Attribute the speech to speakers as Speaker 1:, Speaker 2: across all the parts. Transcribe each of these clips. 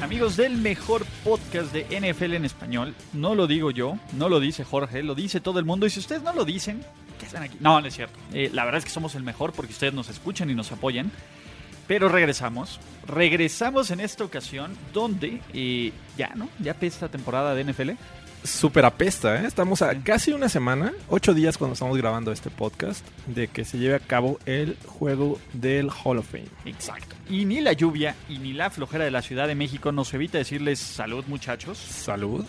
Speaker 1: Amigos del mejor podcast de NFL en español, no lo digo yo, no lo dice Jorge, lo dice todo el mundo. Y si ustedes no lo dicen, ¿qué hacen aquí? No, no es cierto. Eh, la verdad es que somos el mejor porque ustedes nos escuchan y nos apoyan. Pero regresamos, regresamos en esta ocasión donde eh, ya, ¿no? Ya pesta temporada de NFL.
Speaker 2: Súper apesta, ¿eh? Estamos a casi una semana, ocho días cuando estamos grabando este podcast, de que se lleve a cabo el juego del Hall of Fame.
Speaker 1: Exacto. Y ni la lluvia y ni la flojera de la Ciudad de México nos evita decirles salud muchachos.
Speaker 2: Salud.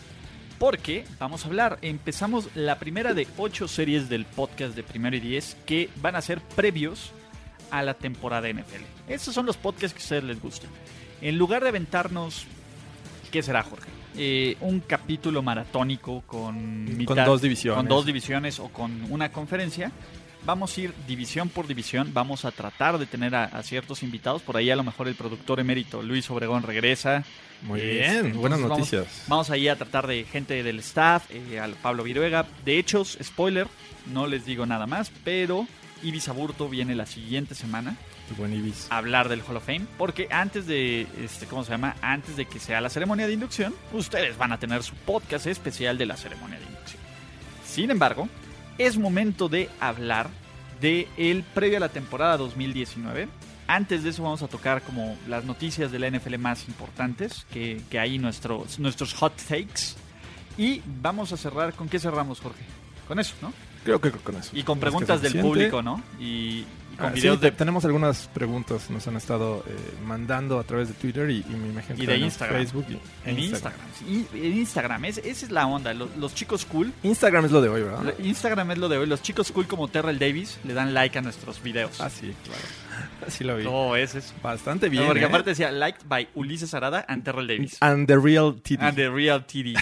Speaker 1: Porque vamos a hablar, empezamos la primera de ocho series del podcast de Primero y Diez que van a ser previos a la temporada NFL. Estos son los podcasts que a ustedes les gustan. En lugar de aventarnos, ¿qué será, Jorge? Eh, un capítulo maratónico con, mitad-
Speaker 2: dos divisiones.
Speaker 1: con dos divisiones o con una conferencia. Vamos a ir división por división, vamos a tratar de tener a, a ciertos invitados. Por ahí a lo mejor el productor emérito Luis Obregón regresa.
Speaker 2: Muy
Speaker 1: Este,
Speaker 2: bien,
Speaker 1: entonces
Speaker 2: buenas
Speaker 1: vamos-
Speaker 2: noticias.
Speaker 1: Vamos ahí a tratar de gente del staff, eh, al Pablo Viruega. De hecho, spoiler, no les digo nada más, pero Ibis Aburto viene la siguiente semana
Speaker 2: El Buen Ibis.
Speaker 1: a hablar del Hall of Fame, porque antes de, este, ¿cómo se llama? Antes de que sea la ceremonia de inducción, ustedes van a tener su podcast especial de la ceremonia de inducción. Sin embargo, es momento de hablar de el previo a la temporada 2019. Antes de eso vamos a tocar como las noticias de la NFL más importantes, que, que hay nuestros, nuestros hot takes. Y vamos a cerrar, ¿con qué cerramos, Jorge? Con eso, ¿no?
Speaker 2: Creo que con eso.
Speaker 1: Y con
Speaker 2: Más que
Speaker 1: preguntas del
Speaker 2: suficiente.
Speaker 1: público, ¿no? Y, y con
Speaker 2: Ah, sí,
Speaker 1: videos
Speaker 2: te-
Speaker 1: de...
Speaker 2: Tenemos algunas preguntas que nos han estado eh, mandando a través de Twitter y, y me imagino
Speaker 1: Y de
Speaker 2: que en
Speaker 1: Instagram.
Speaker 2: Facebook y
Speaker 1: En Instagram. sí, y- en Instagram. Es- esa es la onda. Los, los chicos cool.
Speaker 2: Instagram es lo de hoy, ¿verdad?
Speaker 1: lo- Instagram es lo de hoy. Los chicos cool como Terrell Davis le dan like a nuestros videos.
Speaker 2: Ah, sí, claro. Sí lo vi.
Speaker 1: Todo es eso.
Speaker 2: Bastante bien.
Speaker 1: Porque
Speaker 2: ¿eh?
Speaker 1: aparte decía liked by Ulises Arada and Terrell Davis. Ah,
Speaker 2: And the real TD.
Speaker 1: And the Ah, real TD.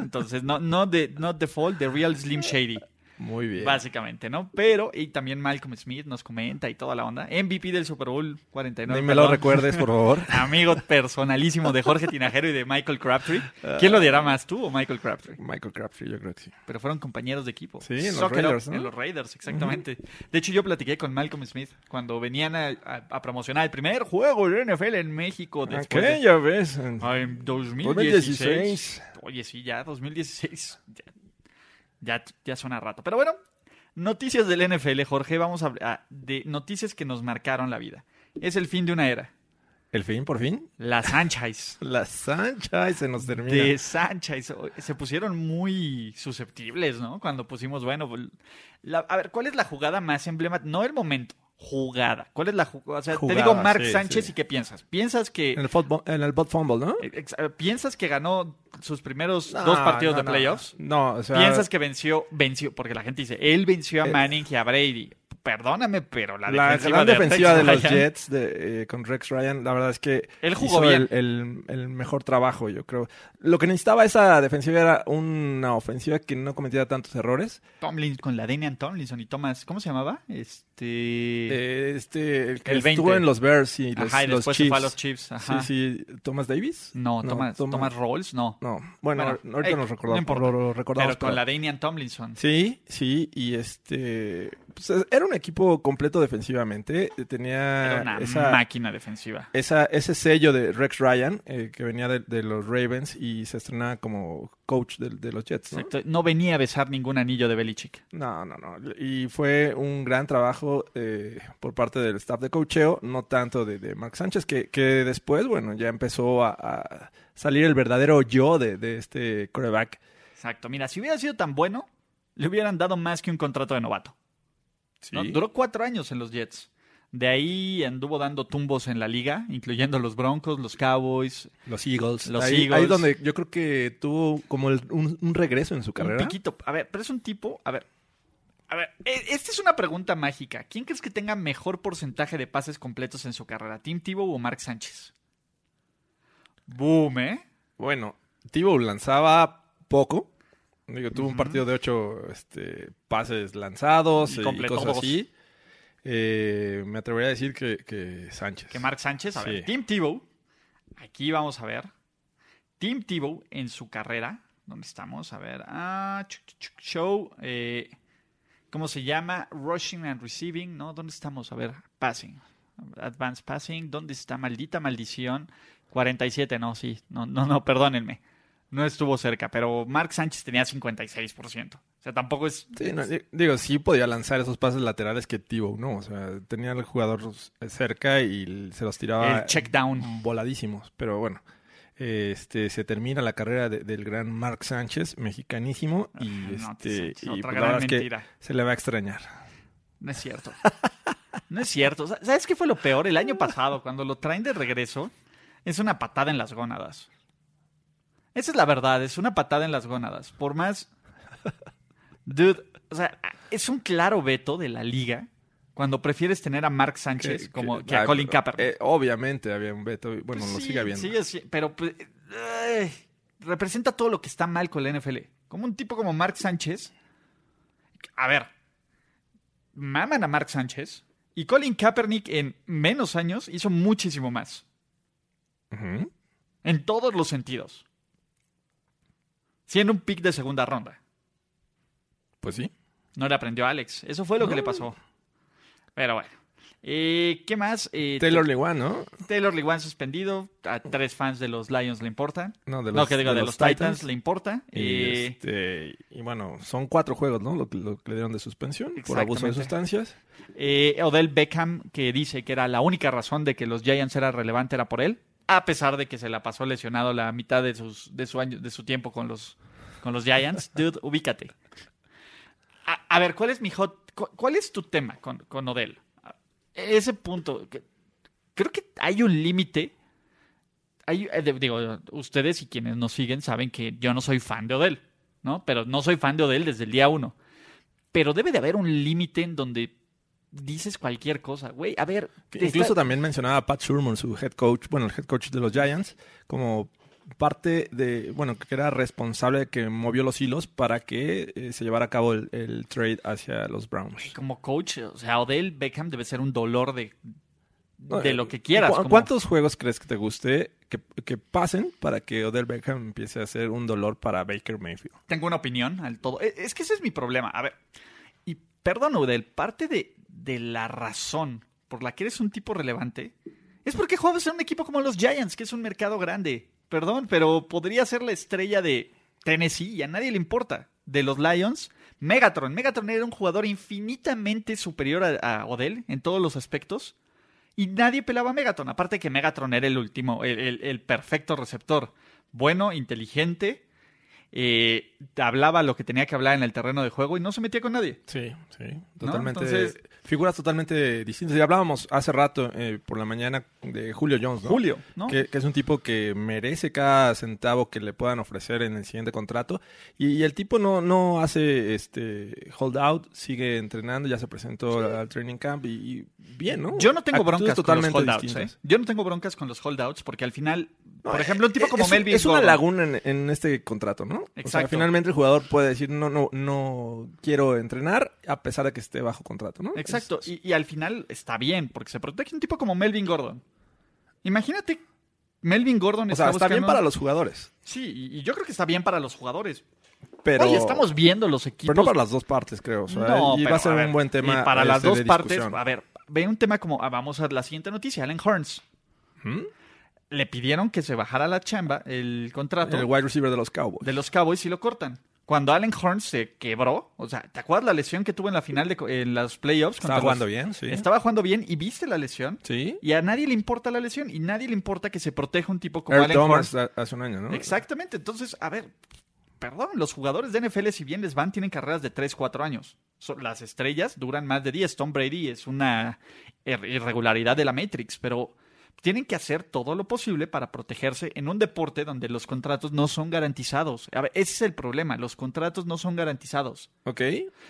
Speaker 1: Entonces, no, no de, not the fall, the real Slim Shady.
Speaker 2: Muy bien.
Speaker 1: Básicamente, ¿no? Pero, y también Malcolm Smith nos comenta y toda la onda. MVP del Super Bowl 49.
Speaker 2: Ni me lo
Speaker 1: perdón.
Speaker 2: recuerdes, por favor.
Speaker 1: Amigo personalísimo de Jorge Tinajero y de Michael Crabtree. ¿Quién lo dirá más, tú o Michael Crabtree?
Speaker 2: Michael Crabtree, yo creo que sí.
Speaker 1: pero fueron compañeros de equipo.
Speaker 2: Sí, en los
Speaker 1: Suck it up,
Speaker 2: Raiders, ¿no?
Speaker 1: En los Raiders, exactamente. De hecho, yo platiqué con Malcolm Smith cuando venían a, a- a promocionar el primer juego de NFL en México
Speaker 2: Ah,
Speaker 1: después de-
Speaker 2: ya ves.
Speaker 1: Ah, en 2016.
Speaker 2: 2016.
Speaker 1: Oye, sí, ya 2016. Ya, ya, ya suena rato. Pero bueno, noticias del NFL, Jorge. Vamos a hablar ah, de noticias que nos marcaron la vida. Es el fin de una era.
Speaker 2: El fin, por fin.
Speaker 1: La Sánchez.
Speaker 2: La Sancha y se nos termina.
Speaker 1: de Sancha. y se, se pusieron muy susceptibles, ¿no? Cuando pusimos, bueno, pues, la- a ver, ¿cuál es la jugada más emblemática? No el momento, jugada. ¿Cuál es la jugada? O sea,
Speaker 2: Jugada,
Speaker 1: te digo Mark
Speaker 2: sí,
Speaker 1: Sánchez
Speaker 2: sí.
Speaker 1: y ¿qué piensas? ¿Piensas que,
Speaker 2: En el, fútbol- en el bot fumble, ¿no?
Speaker 1: eh, ex- eh, ¿piensas que ganó sus primeros
Speaker 2: No,
Speaker 1: dos partidos
Speaker 2: no,
Speaker 1: de
Speaker 2: no.
Speaker 1: playoffs?
Speaker 2: No, o sea.
Speaker 1: ¿Piensas que venció, venció? Porque la gente dice, él venció a
Speaker 2: Eh,
Speaker 1: Manning y a Brady. Perdóname, pero la,
Speaker 2: la gran
Speaker 1: defensiva, de,
Speaker 2: defensiva de
Speaker 1: Rex
Speaker 2: los
Speaker 1: Ryan-
Speaker 2: Jets de, eh, con Rex Ryan, la verdad es que
Speaker 1: Él jugó
Speaker 2: hizo
Speaker 1: bien.
Speaker 2: El, el- el mejor trabajo, yo creo. Lo que necesitaba esa defensiva era una ofensiva que no cometiera tantos errores.
Speaker 1: Tomlin- con la Damian Tomlinson y Thomas, ¿cómo se llamaba? Este...
Speaker 2: Eh, este, el que
Speaker 1: El 20.
Speaker 2: estuvo en los Bears y los,
Speaker 1: ajá, y
Speaker 2: los
Speaker 1: después se
Speaker 2: Chiefs.
Speaker 1: fue a los Chiefs. Ajá.
Speaker 2: Sí, sí. ¿Thomas Davis?
Speaker 1: No, Thomas,
Speaker 2: Thomas-
Speaker 1: Thomas Rolls, no.
Speaker 2: No, bueno,
Speaker 1: Bueno,
Speaker 2: ahorita
Speaker 1: eh,
Speaker 2: nos
Speaker 1: no
Speaker 2: recordamos.
Speaker 1: importa.
Speaker 2: lo- lo recordamos,
Speaker 1: pero con
Speaker 2: pero-
Speaker 1: la Damian Tomlinson.
Speaker 2: Sí, sí, y este. pues, era un equipo completo defensivamente. eh,
Speaker 1: Era
Speaker 2: Tenía
Speaker 1: una
Speaker 2: ah, esa,
Speaker 1: máquina defensiva.
Speaker 2: esa- ese sello de Rex Ryan eh, que venía de, de los Ravens y se estrenaba como coach de, de los Jets. ¿no?
Speaker 1: Exacto. No venía a besar ningún anillo de Belichick.
Speaker 2: No, no, no. Y fue un gran trabajo eh, por parte del staff de coacheo, no tanto de, de Mark Sánchez, que, que después, bueno, ya empezó a, a salir el verdadero yo de, de este coreback.
Speaker 1: Exacto. Mira, si hubiera sido tan bueno, le hubieran dado más que un contrato de novato. ¿no? Duró cuatro años en los Jets. De ahí anduvo dando tumbos en la liga, incluyendo los Broncos, los Cowboys.
Speaker 2: Los Eagles.
Speaker 1: Los
Speaker 2: ahí,
Speaker 1: Eagles.
Speaker 2: Ahí donde yo creo que tuvo como el- un, un regreso en su
Speaker 1: Un
Speaker 2: carrera.
Speaker 1: piquito. A ver, pero es un tipo. A ver. A ver, e- esta es una pregunta mágica. ¿Quién crees que tenga mejor porcentaje de pases completos en su carrera? ¿Tim Tebow o Mark Sánchez? Boom, ¿eh?
Speaker 2: Bueno, Thibault lanzaba poco. Digo, tuvo un partido de ocho este, pases lanzados
Speaker 1: Y
Speaker 2: y,
Speaker 1: completó
Speaker 2: cosas
Speaker 1: dos.
Speaker 2: así. Eh, me atrevería a decir que, que Sánchez.
Speaker 1: Que Mark Sánchez, a ver,
Speaker 2: Sí.
Speaker 1: Tim Tebow, aquí vamos a ver. Tim Tebow en su carrera, ¿dónde estamos? A ver, ah, chuc, chuc, chuc, show, eh, ¿cómo se llama? Rushing and Receiving, ¿no? ¿Dónde estamos? A ver, Passing, Advanced Passing, ¿dónde está? Maldita maldición, 47, no, sí, no, no, no, perdónenme. No estuvo cerca, pero Mark Sánchez tenía 56%. O sea, tampoco es...
Speaker 2: Sí, no, di- digo, sí podía lanzar esos pases laterales que Tibo, ¿no? O sea, tenía al jugador cerca y l- se los tiraba
Speaker 1: El check down.
Speaker 2: voladísimos. Pero bueno, este se termina la carrera de- del gran Mark Sánchez, mexicanísimo. Y,
Speaker 1: Ah, No,
Speaker 2: este,
Speaker 1: Sánchez,
Speaker 2: y,
Speaker 1: otra
Speaker 2: pues, la
Speaker 1: gran
Speaker 2: verdad es que
Speaker 1: mentira.
Speaker 2: se le va a extrañar.
Speaker 1: No es cierto. No es cierto. Sa- ¿Sabes qué fue lo peor? El año pasado, cuando lo traen de regreso, es una patada en las gónadas. Esa es la verdad, es una patada en las gónadas. Por más. Dude, o sea, es un claro veto de la liga cuando prefieres tener a Mark Sánchez como que, a
Speaker 2: ah,
Speaker 1: Colin
Speaker 2: pero,
Speaker 1: Kaepernick.
Speaker 2: eh, obviamente había un veto. y, Bueno,
Speaker 1: Pues
Speaker 2: lo
Speaker 1: sí,
Speaker 2: sigue habiendo.
Speaker 1: sigue si- pero pues, ay, representa todo lo que está mal con la NFL. Como un tipo como Mark Sánchez. A ver, maman a Mark Sánchez y Colin Kaepernick en menos años hizo muchísimo más.
Speaker 2: Ujú.
Speaker 1: En todos los sentidos. Siendo un pick de segunda ronda.
Speaker 2: Pues sí.
Speaker 1: No le aprendió a Alex. Eso fue lo que le pasó. Pero bueno. Eh, ¿Qué más? Eh,
Speaker 2: Taylor Lewan, ¿no?
Speaker 1: Taylor Lewan suspendido. A tres fans de los Lions le importa.
Speaker 2: No, de
Speaker 1: no, que digo, de, los Titans, le importa.
Speaker 2: Y,
Speaker 1: Eh,
Speaker 2: este, y bueno, son cuatro juegos, ¿no? Lo, que- lo que le dieron de suspensión por abuso
Speaker 1: Exactamente.
Speaker 2: de sustancias.
Speaker 1: eh, Odell Beckham, que dice que era la única razón de que los Giants era relevante, era por él, a pesar de que se la pasó lesionado la mitad de, sus, de, su, año, de su tiempo con los, con los Giants. Dude, ubícate. A, a ver, ¿cuál es mi hot, cu- cuál es tu tema con, con Odell? Ese punto, que- creo que hay un límite. Hay- eh, de- digo, ustedes y quienes nos siguen saben que yo no soy fan de Odell, ¿no? Pero no soy fan de Odell desde el día uno. Pero debe de haber un límite en donde dices cualquier cosa, güey. A ver,
Speaker 2: Que
Speaker 1: te
Speaker 2: incluso
Speaker 1: está-
Speaker 2: también mencionaba a Pat Shurmur, su head coach, bueno, el head coach de los Giants, como parte de, bueno, que era responsable de que movió los hilos para que eh, se llevara a cabo el, el trade hacia los Browns.
Speaker 1: como coach, o sea, Odell Beckham debe ser un dolor de,
Speaker 2: No,
Speaker 1: de
Speaker 2: eh,
Speaker 1: lo que quieras.
Speaker 2: ¿cu-
Speaker 1: como-
Speaker 2: ¿Cuántos juegos crees que te guste que, que pasen para que Odell Beckham empiece a ser un dolor para Baker Mayfield?
Speaker 1: tengo una opinión al todo. E- Es que ese es mi problema. A ver, y perdón, Udel, parte de, de la razón por la que eres un tipo relevante es porque juegas en un equipo como los Giants, que es un mercado grande. Perdón, pero podría ser la estrella de Tennessee y a nadie le importa. De los Lions, Megatron. Megatron era un jugador infinitamente superior a, a Odell en todos los aspectos. Y nadie pelaba a Megatron. Aparte que Megatron era el último, el- el- el perfecto receptor. Bueno, inteligente, eh, hablaba lo que tenía que hablar en el terreno de juego y no se metía con nadie.
Speaker 2: Sí, sí, totalmente.
Speaker 1: Entonces-
Speaker 2: figuras totalmente distintas. Y hablábamos hace rato eh, por la mañana de Julio Jones, ¿no?
Speaker 1: Julio, ¿no?
Speaker 2: Que, que es un tipo que merece cada centavo que le puedan ofrecer en el siguiente contrato. Y, y el tipo no, no hace este hold out, sigue entrenando, ya se presentó al training camp y, y bien, ¿no?
Speaker 1: Yo no tengo
Speaker 2: Actitudes
Speaker 1: broncas
Speaker 2: totalmente
Speaker 1: con los holdouts.
Speaker 2: distintas.
Speaker 1: ¿eh? Yo no tengo broncas con los holdouts porque al final,
Speaker 2: No,
Speaker 1: por ejemplo, un tipo
Speaker 2: eh,
Speaker 1: como
Speaker 2: es,
Speaker 1: Melvin
Speaker 2: Es una
Speaker 1: Gordon.
Speaker 2: laguna en, en este contrato, ¿no? O sea,
Speaker 1: Exacto.
Speaker 2: finalmente el jugador puede decir, no, no, no quiero entrenar a pesar de que esté bajo contrato, ¿no?
Speaker 1: Exacto.
Speaker 2: Es-
Speaker 1: Y, y al final está bien porque se protege un tipo como Melvin Gordon. Imagínate, Melvin Gordon
Speaker 2: O sea, está bien
Speaker 1: buscando-
Speaker 2: para los jugadores,
Speaker 1: Sí, y, y yo creo que está bien para los jugadores.
Speaker 2: pero,
Speaker 1: Oye, estamos viendo los equipos.
Speaker 2: pero no para las dos partes, creo. O sea,
Speaker 1: No, pero,
Speaker 2: y va Pues, a ser
Speaker 1: ver,
Speaker 2: un buen tema.
Speaker 1: y para las
Speaker 2: este,
Speaker 1: dos
Speaker 2: de
Speaker 1: partes,
Speaker 2: discusión.
Speaker 1: a ver, ve un tema como, ah, vamos a la siguiente noticia, Allen Horns.
Speaker 2: ¿Mm?
Speaker 1: Le pidieron que se bajara la chamba, el contrato
Speaker 2: El wide receiver de los Cowboys.
Speaker 1: de los Cowboys y lo cortan. Cuando Allen Horns se quebró, o sea, ¿te acuerdas la lesión que tuvo en la final de co- en los playoffs? contra
Speaker 2: Estaba jugando
Speaker 1: los-
Speaker 2: bien, sí.
Speaker 1: Estaba jugando bien y viste la lesión.
Speaker 2: Sí.
Speaker 1: Y a nadie le importa la lesión y nadie le importa que se proteja un tipo como
Speaker 2: Earl
Speaker 1: Allen
Speaker 2: Thomas
Speaker 1: Horns.
Speaker 2: a- hace un año, ¿no?
Speaker 1: Exactamente. Entonces, a ver, perdón, los jugadores de NFL, si bien les van, tienen carreras de 3, 4 años. So- las estrellas duran más de 10. Tom Brady es una ir- irregularidad de la Matrix, pero tienen que hacer todo lo posible para protegerse en un deporte donde los contratos no son garantizados. A ver, ese es el problema, los contratos no son garantizados.
Speaker 2: Ok.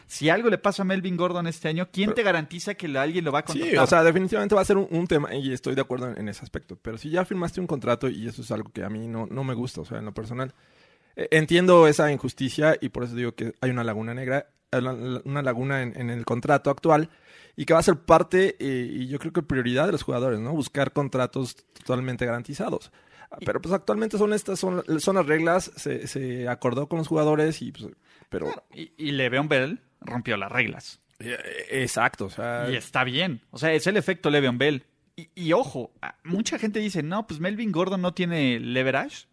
Speaker 1: Si algo le pasa a Melvin Gordon este año, ¿quién
Speaker 2: Pero-
Speaker 1: te garantiza que la- alguien lo va a contratar?
Speaker 2: Sí, o sea, definitivamente va a ser un, un tema y estoy de acuerdo en, en ese aspecto. Pero si ya firmaste un contrato y eso es algo que a mí no, no me gusta, o sea, en lo personal, eh, entiendo esa injusticia y por eso digo que hay una laguna negra, eh, la- la- una laguna en, en el contrato actual y que va a ser parte eh, y yo creo que prioridad de los jugadores, ¿no? Buscar contratos totalmente garantizados. Ah, Pero pues actualmente son estas, son, son las reglas, se, se acordó con los jugadores y pues, pero...
Speaker 1: y, y Le'Veon Bell rompió las reglas.
Speaker 2: Eh, eh, Exacto, o sea...
Speaker 1: Y está bien. O sea, es el efecto Le'Veon Bell. Y, y ojo, a- mucha gente dice, no, pues Melvin Gordon no tiene leverage.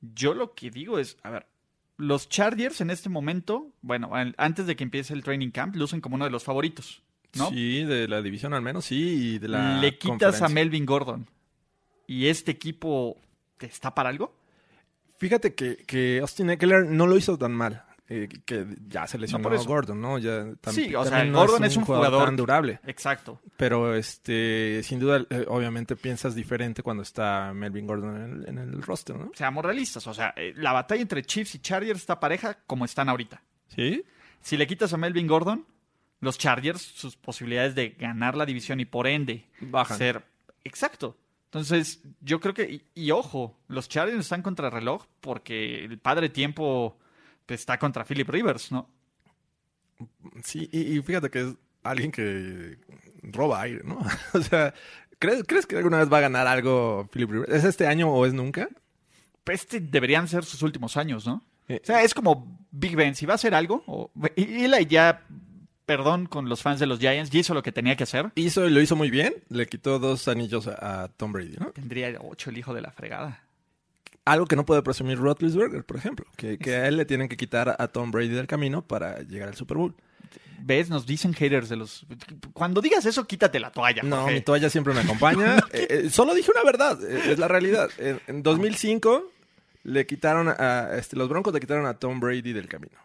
Speaker 1: Yo lo que digo es, a ver, los Chargers en este momento, bueno, an- antes de que empiece el training camp, lucen como uno de los favoritos, ¿no?
Speaker 2: Sí, de la división al menos, sí, y de la
Speaker 1: Le quitas a Melvin Gordon y este equipo está para algo.
Speaker 2: Fíjate que, que Austin Eckler no lo hizo tan mal. eh, que ya se lesionó
Speaker 1: por
Speaker 2: a
Speaker 1: eso.
Speaker 2: Gordon, ¿no? Ya, tam-
Speaker 1: Sí, o sea,
Speaker 2: también
Speaker 1: Gordon es un jugador-
Speaker 2: tan durable.
Speaker 1: Exacto.
Speaker 2: Pero este, sin duda, eh, obviamente piensas diferente cuando está Melvin Gordon en el, en el roster, ¿no?
Speaker 1: Seamos realistas. O sea, eh, la batalla entre Chiefs y Chargers está pareja como están ahorita.
Speaker 2: Sí.
Speaker 1: Si le quitas a Melvin Gordon, los Chargers, sus posibilidades de ganar la división y por ende
Speaker 2: Bajan.
Speaker 1: ser. Exacto. Entonces, yo creo que. Y, y ojo, los Chargers están contra reloj porque el padre tiempo pues, está contra Philip Rivers, ¿no?
Speaker 2: Sí, y, y fíjate que es alguien que roba aire, ¿no? o sea, ¿crees, ¿crees que alguna vez va a ganar algo Philip Rivers? ¿Es este año o es nunca?
Speaker 1: Este deberían ser sus últimos años, ¿no?
Speaker 2: Eh,
Speaker 1: O sea, es como Big Ben. Si va a hacer algo, o, y- Eli ya, perdón con los fans de los Giants, ya hizo lo que tenía que hacer.
Speaker 2: hizo y lo hizo muy bien. Le quitó dos anillos a, a Tom Brady, ¿no?
Speaker 1: Tendría ocho el hijo de la fregada.
Speaker 2: Algo que no puede presumir Roethlisberger, por ejemplo. Que, que a él le tienen que quitar a Tom Brady del camino para llegar al Super Bowl.
Speaker 1: ¿Ves? Nos dicen haters de los... Cuando digas eso, quítate la toalla.
Speaker 2: No,
Speaker 1: Jorge.
Speaker 2: mi toalla siempre me acompaña. Eh, eh, solo dije una verdad. eh, es la realidad. En, en 2005 le quitaron a... Este, los Broncos le quitaron a Tom Brady del camino.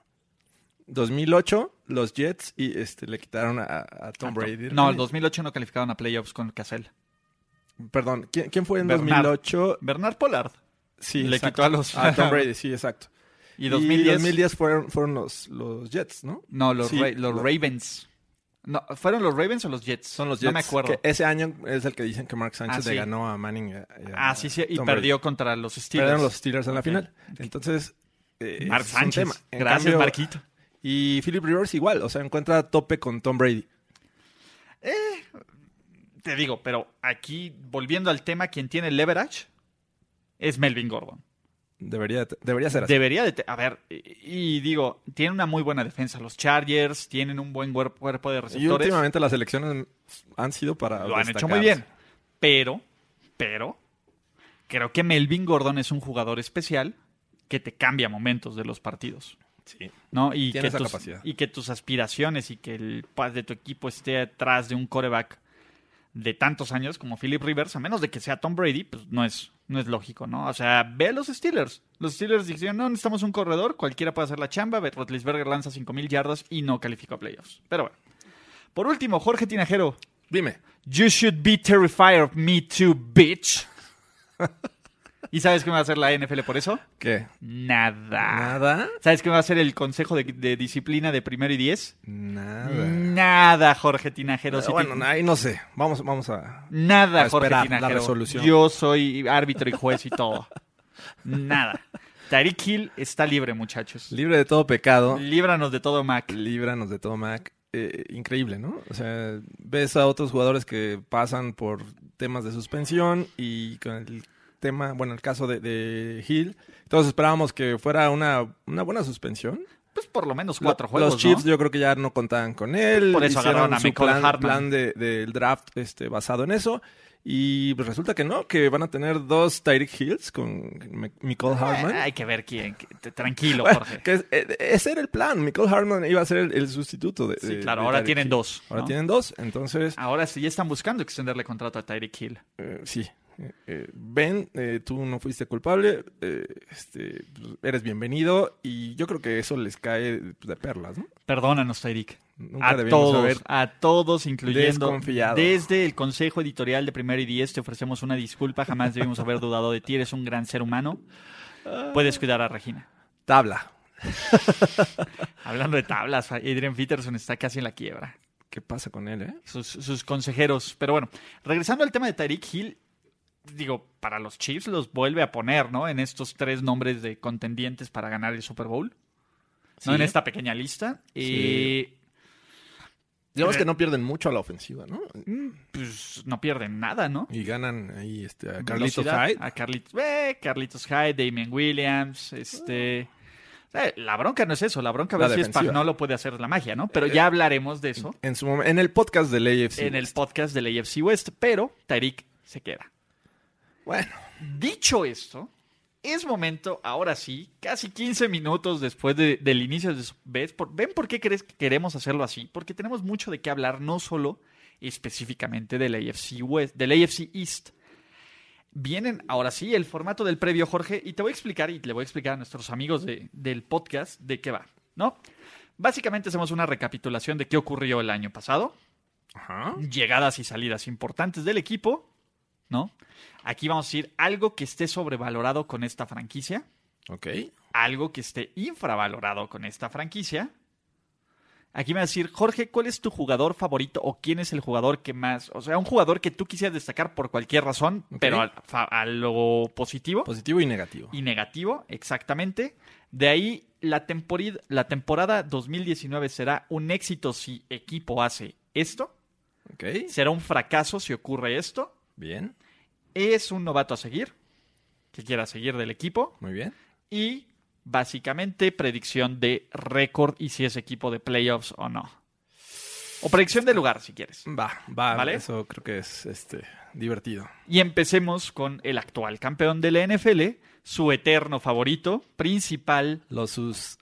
Speaker 2: 2008 los Jets y este, le quitaron a, a Tom Brady. del
Speaker 1: No, el
Speaker 2: camino.
Speaker 1: 2008 no calificaron a playoffs con Cassell.
Speaker 2: Perdón. ¿Quién, quién fue en
Speaker 1: Bernard.
Speaker 2: 2008?
Speaker 1: Bernard Pollard.
Speaker 2: Sí,
Speaker 1: Le
Speaker 2: exacto.
Speaker 1: quitó a los-
Speaker 2: A Tom Brady, sí, exacto.
Speaker 1: Y 2010...
Speaker 2: 2010 fueron, fueron los, los Jets, ¿no?
Speaker 1: No, los,
Speaker 2: Sí,
Speaker 1: Ra- los
Speaker 2: lo-
Speaker 1: Ravens. No, ¿Fueron los Ravens o los Jets?
Speaker 2: Son los Jets.
Speaker 1: No me acuerdo.
Speaker 2: que eh, ese año es el que dicen que Mark Sánchez
Speaker 1: Ah,
Speaker 2: le
Speaker 1: sí.
Speaker 2: ganó a Manning. y a- y a
Speaker 1: Ah, sí, sí. Y
Speaker 2: Tom Brady.
Speaker 1: perdió contra los Steelers.
Speaker 2: Perdieron los Steelers en la final. Entonces, eh,
Speaker 1: Mark
Speaker 2: es un
Speaker 1: Sánchez.
Speaker 2: tema. En
Speaker 1: Gracias,
Speaker 2: cambio-
Speaker 1: Marquito.
Speaker 2: Y Philip Rivers igual, o sea, encuentra a tope con Tom Brady.
Speaker 1: Te digo, pero aquí, volviendo al tema, quien tiene leverage es Melvin Gordon.
Speaker 2: Debería, debería ser así.
Speaker 1: Debería de... te- A ver, y, y digo, tienen una muy buena defensa. Los Chargers tienen un buen cuer- cuerpo de
Speaker 2: y
Speaker 1: receptores.
Speaker 2: últimamente las elecciones han sido para
Speaker 1: Lo han hecho
Speaker 2: destacarse.
Speaker 1: muy bien. Pero, pero, creo que Melvin Gordon es un jugador especial que te cambia momentos de los partidos.
Speaker 2: Sí.
Speaker 1: ¿no? Y,
Speaker 2: Tiene
Speaker 1: que
Speaker 2: esa
Speaker 1: tus,
Speaker 2: capacidad.
Speaker 1: y que tus aspiraciones y que el paz de tu equipo esté atrás de un coreback de tantos años como Philip Rivers, a menos de que sea Tom Brady, pues no es, no es lógico, ¿no? O sea, ve a los Steelers. Los Steelers dijeron, no, necesitamos un corredor, cualquiera puede hacer la chamba. Rotlisberger lanza 5.000 yardas y no calificó a playoffs. Pero bueno. Por último, Jorge Tinajero.
Speaker 2: Dime.
Speaker 1: You should be terrified of me too, bitch. ¿Y sabes qué me va a hacer la NFL por eso?
Speaker 2: ¿Qué?
Speaker 1: Nada.
Speaker 2: Nada.
Speaker 1: ¿Sabes qué me va a hacer el consejo de, de disciplina de primero y diez?
Speaker 2: Nada.
Speaker 1: Mm. Nada, Jorge Tinajero. Si te-
Speaker 2: bueno, ahí no sé. Vamos, vamos a.
Speaker 1: nada,
Speaker 2: a
Speaker 1: Jorge
Speaker 2: esperar la
Speaker 1: Tinajero.
Speaker 2: resolución.
Speaker 1: Yo soy árbitro y juez y todo. nada. Tariq Hill está libre, muchachos.
Speaker 2: Libre de todo pecado.
Speaker 1: Líbranos de todo, Mac.
Speaker 2: líbranos de todo Mac. Eh, increíble, ¿no? O sea, ves a otros jugadores que pasan por temas de suspensión y con el tema, bueno, el caso de, de Hill. Todos esperábamos que fuera una, una buena suspensión.
Speaker 1: Pues por lo menos cuatro
Speaker 2: Lo-
Speaker 1: juegos.
Speaker 2: Los Chiefs
Speaker 1: ¿no?
Speaker 2: yo creo que ya no contaban con él.
Speaker 1: Por eso
Speaker 2: Hicieron
Speaker 1: agarraron a
Speaker 2: su
Speaker 1: Michael
Speaker 2: plan,
Speaker 1: Hartman.
Speaker 2: plan de- del draft este, basado en eso. Y pues resulta que no, que van a tener dos Tyreek Hills con Mi- Michael Hartman.
Speaker 1: Eh, Hay que ver quién. que- Tranquilo,
Speaker 2: Bueno,
Speaker 1: Jorge.
Speaker 2: que es- eh, ese era el plan. Michael Hartman iba a ser el, el sustituto de.
Speaker 1: Sí,
Speaker 2: de-
Speaker 1: claro,
Speaker 2: de
Speaker 1: ahora
Speaker 2: Tyreek
Speaker 1: tienen
Speaker 2: Hill.
Speaker 1: dos,
Speaker 2: Ahora
Speaker 1: ¿no?
Speaker 2: tienen dos, entonces
Speaker 1: Ahora sí, ya están buscando extenderle contrato a Tyreek Hill.
Speaker 2: eh, sí. eh, Ben, eh, tú no fuiste culpable, eh, este, pues, eres bienvenido y yo creo que eso les cae de perlas, ¿no?
Speaker 1: Perdónanos, Tairik.
Speaker 2: Nunca
Speaker 1: A
Speaker 2: debimos
Speaker 1: todos,
Speaker 2: haber-
Speaker 1: a todos, incluyendo.
Speaker 2: Desconfiado.
Speaker 1: Desde el Consejo Editorial de Primero y Diez te ofrecemos una disculpa. Jamás debimos haber dudado de ti. Eres un gran ser humano. Puedes cuidar a Regina.
Speaker 2: Tabla.
Speaker 1: Hablando de tablas, Adrian Peterson está casi en la quiebra.
Speaker 2: ¿Qué pasa con él, eh?
Speaker 1: Sus, sus consejeros. Pero bueno, regresando al tema de Tyreek Hill, digo, para los Chiefs los vuelve a poner, ¿no? En estos tres nombres de contendientes para ganar el Super Bowl.
Speaker 2: Sí.
Speaker 1: ¿No? En esta pequeña lista.
Speaker 2: Sí.
Speaker 1: Eh,
Speaker 2: Digamos que no pierden mucho a la ofensiva, ¿no?
Speaker 1: pues no pierden nada, ¿no?
Speaker 2: Y ganan ahí este, a Carlitos
Speaker 1: Velocidad,
Speaker 2: Hyde.
Speaker 1: A Carlitos, eh, Carlitos Hyde, Damien Williams, este... eh, La bronca no es eso, la bronca a
Speaker 2: La
Speaker 1: ver si es
Speaker 2: defensiva. Eh,
Speaker 1: no lo puede hacer la magia, ¿no? Pero ya hablaremos de eso
Speaker 2: En, su momen- en el podcast del AFC.
Speaker 1: en el podcast del AFC West, pero Tariq se queda.
Speaker 2: Bueno,
Speaker 1: Dicho esto, es momento, ahora sí, casi 15 minutos después de- del inicio de su vez. por- ¿Ven por qué crees que queremos hacerlo así? Porque tenemos mucho de qué hablar, no solo específicamente del AFC West, del AFC East. Vienen ahora sí el formato del previo, Jorge, y te voy a explicar, y le voy a explicar a nuestros amigos de- del podcast de qué va, ¿no? Básicamente hacemos una recapitulación de qué ocurrió el año pasado,
Speaker 2: ajá.
Speaker 1: llegadas y salidas importantes del equipo, ¿no? Aquí vamos a ir algo que esté sobrevalorado con esta franquicia,
Speaker 2: Ok.
Speaker 1: algo que esté infravalorado con esta franquicia. Aquí me va a decir, Jorge, ¿cuál es tu jugador favorito o quién es el jugador que más, o sea, un jugador que tú quisieras destacar por cualquier razón,
Speaker 2: Ok. Pues-
Speaker 1: pero al- fa- a, lo positivo
Speaker 2: Positivo y negativo.
Speaker 1: y negativo, exactamente. De ahí, la, temporid- la temporada 2019 será un éxito si equipo hace esto.
Speaker 2: Ok.
Speaker 1: ¿Será un fracaso si ocurre esto?
Speaker 2: Bien.
Speaker 1: ¿Es un novato a seguir? Que quiera seguir del equipo.
Speaker 2: Muy bien.
Speaker 1: Y básicamente predicción de récord y si es equipo de playoffs o no. O predicción de lugar, si quieres.
Speaker 2: Va, va.
Speaker 1: ¿Vale?
Speaker 2: Eso creo que es este, divertido.
Speaker 1: Y empecemos con el actual campeón de la NFL, su eterno favorito, principal.
Speaker 2: Los sus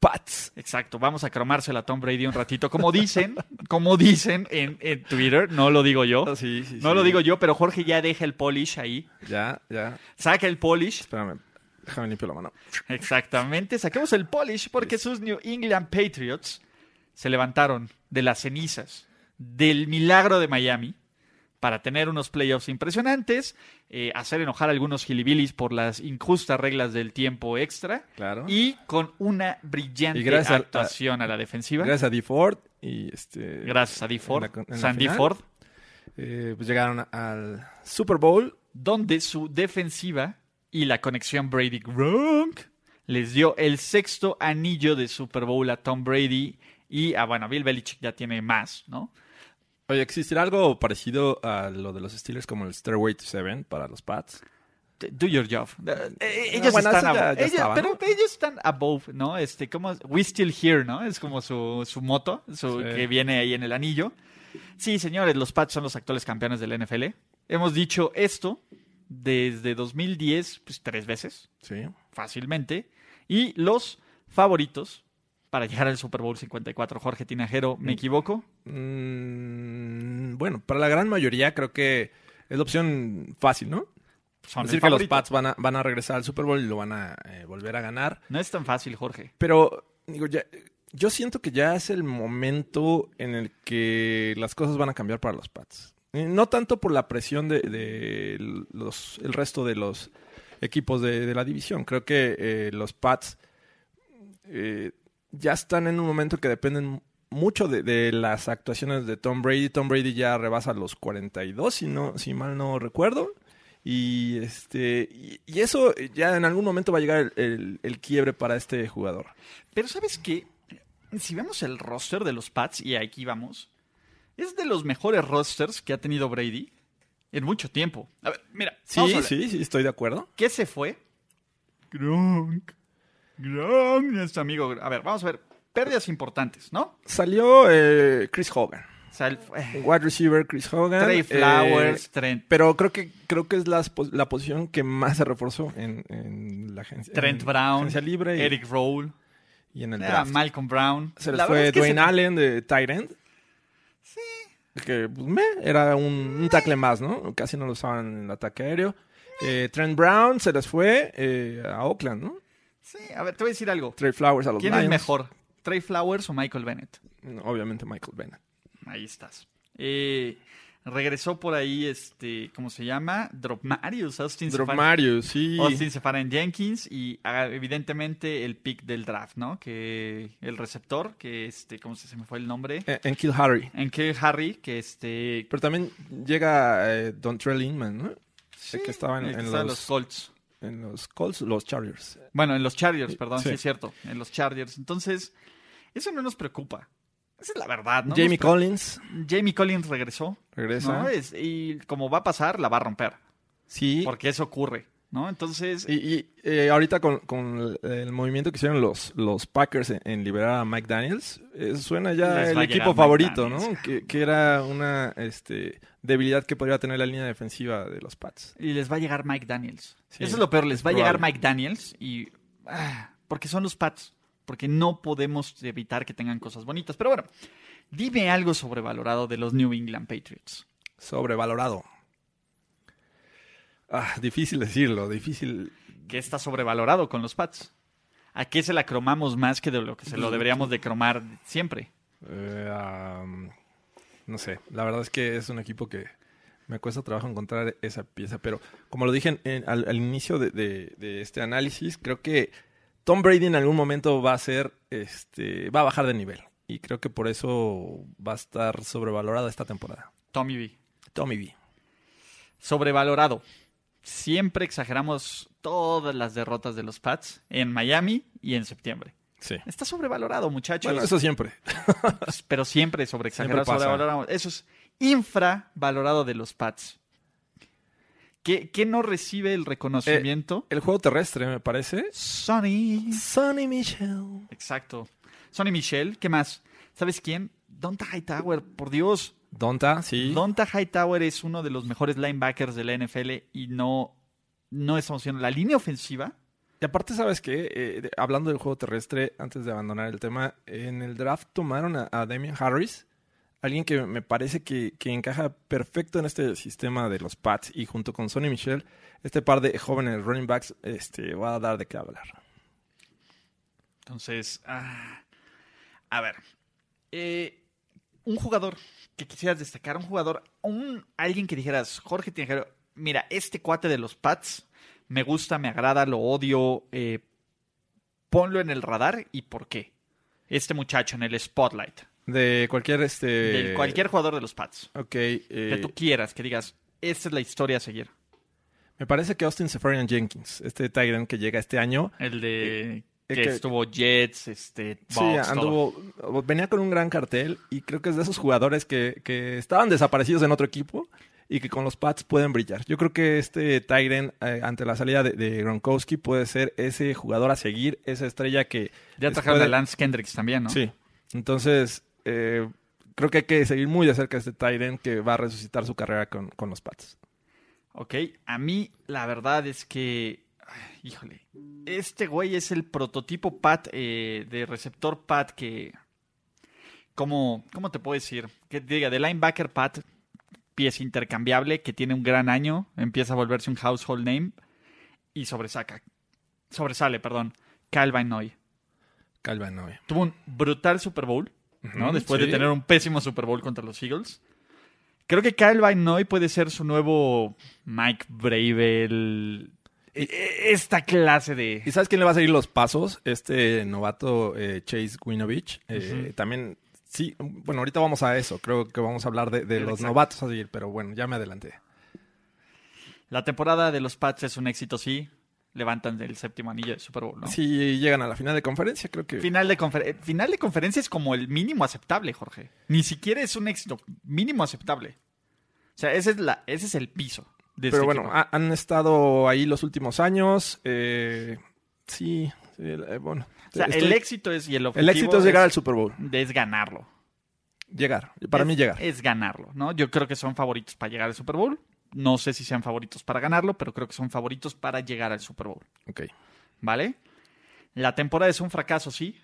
Speaker 2: Pats.
Speaker 1: Exacto, vamos a cromársela a Tom Brady un ratito. Como dicen, como dicen en, en Twitter, no lo digo yo.
Speaker 2: Ah, sí, sí,
Speaker 1: No
Speaker 2: sí.
Speaker 1: lo digo yo, pero Jorge ya deja el polish ahí.
Speaker 2: Ya, ya.
Speaker 1: Saca el polish.
Speaker 2: Espérame. Déjame limpio la mano.
Speaker 1: Exactamente, saquemos el polish porque sus New England Patriots se levantaron de las cenizas del milagro de Miami para tener unos playoffs impresionantes, eh, hacer enojar a algunos gilibilis por las injustas reglas del tiempo extra
Speaker 2: Claro.
Speaker 1: y con una brillante
Speaker 2: Y gracias a-
Speaker 1: actuación a, la defensiva. Gracias,
Speaker 2: Gracias a D. Ford y este.
Speaker 1: a D.
Speaker 2: en
Speaker 1: Ford,
Speaker 2: la con- en la
Speaker 1: Sandy
Speaker 2: final.
Speaker 1: Ford,
Speaker 2: eh, pues llegaron a- al Super Bowl.
Speaker 1: donde su defensiva y la conexión Brady Gronk les dio el sexto anillo de Super Bowl a Tom Brady y a bueno, Bill Belichick ya tiene más, ¿no?
Speaker 2: Oye, ¿existirá algo parecido a lo de los Steelers como el Stairway to Seven para los Pats?
Speaker 1: T- Do your job. Eh, eh,
Speaker 2: No,
Speaker 1: Ellos
Speaker 2: bueno,
Speaker 1: están
Speaker 2: eso ya-
Speaker 1: above.
Speaker 2: ya
Speaker 1: Ellos-
Speaker 2: estaba,
Speaker 1: pero
Speaker 2: ¿no?
Speaker 1: ellos están above, ¿no? Este, como we still here, ¿no? Es como su, su moto, su-
Speaker 2: Sí.
Speaker 1: que viene ahí en el anillo. Sí, señores, los Pats son los actuales campeones del NFL. Hemos dicho esto desde 2010, pues tres veces.
Speaker 2: Sí.
Speaker 1: fácilmente. Y los favoritos para llegar al Super Bowl 54, Jorge Tinajero, ¿me equivoco?
Speaker 2: Mm, bueno, para la gran mayoría creo que es la opción fácil, ¿no?
Speaker 1: Son el
Speaker 2: decir que los
Speaker 1: favorito.
Speaker 2: Pats van a, van a regresar al Super Bowl y lo van a eh, volver a ganar.
Speaker 1: No es tan fácil, Jorge.
Speaker 2: Pero, digo, ya, yo siento que ya es el momento en el que las cosas van a cambiar para los Pats. Eh, No tanto por la presión de, de los, el resto de los equipos de, de la división. Creo que eh, los Pats eh, ya están en un momento que dependen mucho de, de las actuaciones de Tom Brady. Tom Brady ya rebasa los 42, si, no, si mal no recuerdo. Y este y, y eso ya en algún momento va a llegar el, el- el quiebre para este jugador.
Speaker 1: Pero ¿sabes qué? Si vemos el roster de los Pats, y aquí vamos, es de los mejores rosters que ha tenido Brady en mucho tiempo. A ver, mira, vamos a
Speaker 2: Sí,
Speaker 1: hablar.
Speaker 2: sí, sí, estoy de acuerdo.
Speaker 1: ¿Qué se fue? Gronk. Gronk, nuestro amigo. Gronk. A ver, vamos a ver. Pérdidas importantes, ¿no?
Speaker 2: Salió eh, Chris Hogan,
Speaker 1: O sea, el- eh,
Speaker 2: wide receiver Chris Hogan.
Speaker 1: Trey
Speaker 2: eh,
Speaker 1: Flowers, Trent
Speaker 2: pero creo que creo que es la, pos- la posición que más se reforzó en, en la agencia.
Speaker 1: Trent
Speaker 2: en
Speaker 1: Brown,
Speaker 2: agencia libre y,
Speaker 1: Eric Roll,
Speaker 2: y en el
Speaker 1: era
Speaker 2: draft.
Speaker 1: Malcolm Brown.
Speaker 2: Se
Speaker 1: pues,
Speaker 2: les
Speaker 1: La verdad
Speaker 2: fue
Speaker 1: es que
Speaker 2: Dwayne
Speaker 1: se-
Speaker 2: Allen de Tyrant. que pues, meh, era un, un tackle más, ¿no? Casi no lo usaban en el ataque aéreo. Eh, Trent Brown se les fue eh, a Oakland, ¿no?
Speaker 1: Sí, a ver, te voy a decir algo.
Speaker 2: Trey Flowers a los
Speaker 1: ¿Quién es
Speaker 2: Lions.
Speaker 1: mejor? ¿Trey Flowers o Michael Bennett?
Speaker 2: Obviamente Michael Bennett.
Speaker 1: Ahí estás. Eh, regresó por ahí, este, ¿cómo se llama? Drop Marius, Austin
Speaker 2: Drop
Speaker 1: Sefar-
Speaker 2: Marius, sí.
Speaker 1: Austin Sefaran Jenkins y ah, evidentemente el pick del draft, ¿no? Que el receptor, que este, ¿cómo se, se me fue el nombre?
Speaker 2: Eh, En Kill Harry.
Speaker 1: En que Harry, que este,
Speaker 2: Pero también llega eh, Dontrell Inman, ¿no?
Speaker 1: sí,
Speaker 2: que estaba en-
Speaker 1: el que
Speaker 2: en
Speaker 1: estaba en
Speaker 2: los-
Speaker 1: los Colts.
Speaker 2: En los Colts, los Chargers.
Speaker 1: Bueno, en los Chargers, perdón, sí.
Speaker 2: Eh, Sí.
Speaker 1: es cierto. En los Chargers. Entonces, eso no nos preocupa. Esa es la verdad, ¿no?
Speaker 2: Jamie
Speaker 1: Nos pre-
Speaker 2: Collins
Speaker 1: Jamie Collins regresó.
Speaker 2: regresa.
Speaker 1: ¿no? eh. Es- y como va a pasar, la va a romper.
Speaker 2: sí.
Speaker 1: Porque eso ocurre, ¿no? Entonces,
Speaker 2: Y, y, eh, ahorita con, con el, el movimiento que hicieron los, los Packers en, en liberar a Mike Daniels, eh, suena ya
Speaker 1: Les
Speaker 2: el
Speaker 1: va a llegar
Speaker 2: equipo
Speaker 1: Mike
Speaker 2: favorito, ¿no?
Speaker 1: Daniels.
Speaker 2: Que, que era una este, debilidad que podría tener la línea defensiva de los Pats.
Speaker 1: y les va a llegar Mike Daniels.
Speaker 2: Sí,
Speaker 1: Eso es lo peor, les
Speaker 2: es
Speaker 1: va a llegar
Speaker 2: probable.
Speaker 1: Mike Daniels y... ah, porque son los Pats. Porque no podemos evitar que tengan cosas bonitas. Pero bueno, dime algo sobrevalorado de los New England Patriots.
Speaker 2: Sobrevalorado. Ah, difícil decirlo, difícil.
Speaker 1: que está sobrevalorado con los Pats. ¿A qué se la cromamos más que de lo que se lo deberíamos de cromar siempre?
Speaker 2: Eh, am, no sé, la verdad es que es un equipo que me cuesta trabajo encontrar esa pieza, pero como lo dije en- en- al, al inicio de, de- de este análisis, creo que Tom Brady en algún momento va a ser, este, va a bajar de nivel y creo que por eso va a estar sobrevalorada esta temporada.
Speaker 1: Tommy B.
Speaker 2: Tommy B.
Speaker 1: Sobrevalorado. Siempre exageramos todas las derrotas de los Pats en Miami y en septiembre.
Speaker 2: Sí.
Speaker 1: Está sobrevalorado, muchachos. Pues,
Speaker 2: Bueno, eso siempre.
Speaker 1: Pero siempre sobreexagerado,
Speaker 2: Siempre pasa.
Speaker 1: sobrevalorado. Eso es infravalorado de los Pats. ¿Qué, qué no recibe el reconocimiento?
Speaker 2: El juego terrestre, me parece.
Speaker 1: Sonny.
Speaker 2: Sonny Michel.
Speaker 1: Exacto. Sonny Michel, ¿qué más? ¿Sabes quién? Donta Hightower, por Dios.
Speaker 2: Donta, sí.
Speaker 1: Donta Hightower es uno de los mejores linebackers de la NFL y no, no estamos viendo la línea ofensiva.
Speaker 2: Y aparte, ¿sabes qué? Eh, de- hablando del juego terrestre, antes de abandonar el tema, en el draft tomaron a, a Damian Harris, alguien que me parece que, que encaja perfecto en este sistema de los Pats y junto con Sonny Michel, este par de jóvenes running backs este, va a dar de qué hablar.
Speaker 1: Entonces, ah, a ver. Eh, un jugador que quisieras destacar, un jugador, un, alguien que dijeras, Jorge Tinajero, mira, este cuate de los Pats me gusta, me agrada, lo odio, eh, ponlo en el radar y por qué. Este muchacho en el spotlight.
Speaker 2: De cualquier... Este,
Speaker 1: de cualquier jugador de los Pats.
Speaker 2: Ok.
Speaker 1: que
Speaker 2: eh,
Speaker 1: tú quieras, que digas, esta es la historia a seguir.
Speaker 2: me parece que Austin Seferian Jenkins, este Titan que llega este año,
Speaker 1: El de
Speaker 2: eh,
Speaker 1: que,
Speaker 2: que-
Speaker 1: estuvo Jets, este, Bucks,
Speaker 2: Sí, anduvo, venía con un gran cartel y creo que es de esos jugadores que, que estaban desaparecidos en otro equipo y que con los Pats pueden brillar. Yo creo que este Tyren, eh, ante la salida de, de Gronkowski, puede ser ese jugador a seguir, esa estrella que...
Speaker 1: Ya
Speaker 2: les
Speaker 1: trajeron
Speaker 2: puede-
Speaker 1: a Lance Kendricks también, ¿no?
Speaker 2: Sí. Entonces, eh, creo que hay que seguir muy de cerca a este Tyren que va a resucitar su carrera con, con los Pats.
Speaker 1: Ok, a mí la verdad es que, ay, híjole, este güey es el prototipo Pat, eh, de receptor Pat que, ¿cómo, ¿cómo te puedo decir? Que te diga, de linebacker Pat, pieza intercambiable, que tiene un gran año, empieza a volverse un household name y sobresaca, sobresale, perdón, Calvin Noy.
Speaker 2: Calvanoe.
Speaker 1: Tuvo un brutal Super Bowl, ¿no?
Speaker 2: Ujú,
Speaker 1: Después
Speaker 2: sí.
Speaker 1: de tener un pésimo Super Bowl contra los Eagles. Creo que Kyle Van Noy puede ser su nuevo Mike Bravel. E- e- Esta clase
Speaker 2: ¿Y
Speaker 1: de.
Speaker 2: sabes quién le va a seguir los pasos? Este novato eh, Chase Winovich. Eh,
Speaker 1: Ujú.
Speaker 2: También, sí, bueno, ahorita vamos a eso. Creo que vamos a hablar de, de
Speaker 1: El
Speaker 2: los
Speaker 1: exacto.
Speaker 2: novatos a seguir, pero bueno, ya me adelanté.
Speaker 1: La temporada de los Pats es un éxito, sí. Levantan el séptimo anillo de Super Bowl, ¿no?
Speaker 2: Si llegan a la final de conferencia, creo que...
Speaker 1: Final de, confer- eh, final de conferencia es como el mínimo aceptable, Jorge. Ni siquiera es un éxito. Mínimo aceptable. O sea, ese es, la, ese es el piso. De
Speaker 2: pero
Speaker 1: este
Speaker 2: bueno, ah,
Speaker 1: equipo.
Speaker 2: ha- han estado ahí los últimos años. eh, sí, sí, eh, bueno.
Speaker 1: o sea,
Speaker 2: estoy-
Speaker 1: el éxito es y el objetivo
Speaker 2: el éxito es llegar al Super Bowl. eh,
Speaker 1: es ganarlo.
Speaker 2: Llegar, para
Speaker 1: es-
Speaker 2: mí llegar.
Speaker 1: Es ganarlo, ¿no? Yo creo que son favoritos para llegar al Super Bowl. No sé si sean favoritos para ganarlo, pero creo que son favoritos para llegar al Super Bowl,
Speaker 2: Ok.
Speaker 1: ¿vale? La temporada es un fracaso, sí.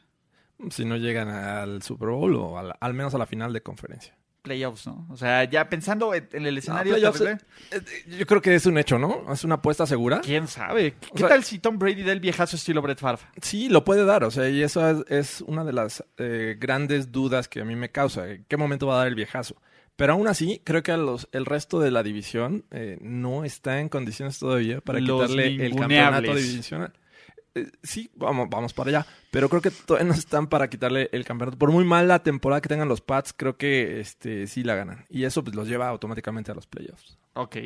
Speaker 2: Si no llegan al Super Bowl o a la- al menos a la final de conferencia.
Speaker 1: playoffs, ¿no? O sea, ya pensando en en el escenario
Speaker 2: No, playoffs,
Speaker 1: terrible,
Speaker 2: eh, eh, yo creo que es un hecho, ¿no? Es una apuesta segura.
Speaker 1: quién sabe. ¿Qué
Speaker 2: O sea-
Speaker 1: tal si Tom Brady da el viejazo estilo Brett Favre?
Speaker 2: Sí, lo puede dar, o sea, y eso es, es una de las eh, grandes dudas que a mí me causa. ¿En qué momento va a dar el viejazo? Pero aún así, creo que a los, el resto de la división eh, no está en condiciones todavía para
Speaker 1: Los
Speaker 2: quitarle el
Speaker 1: ninguneables.
Speaker 2: campeonato divisional. Eh, sí, vamos, vamos para allá, pero creo que todavía no están para quitarle el campeonato. Por muy mala temporada que tengan los Pats, creo que este, sí la ganan. Y eso pues, los lleva automáticamente a los playoffs.
Speaker 1: Ok.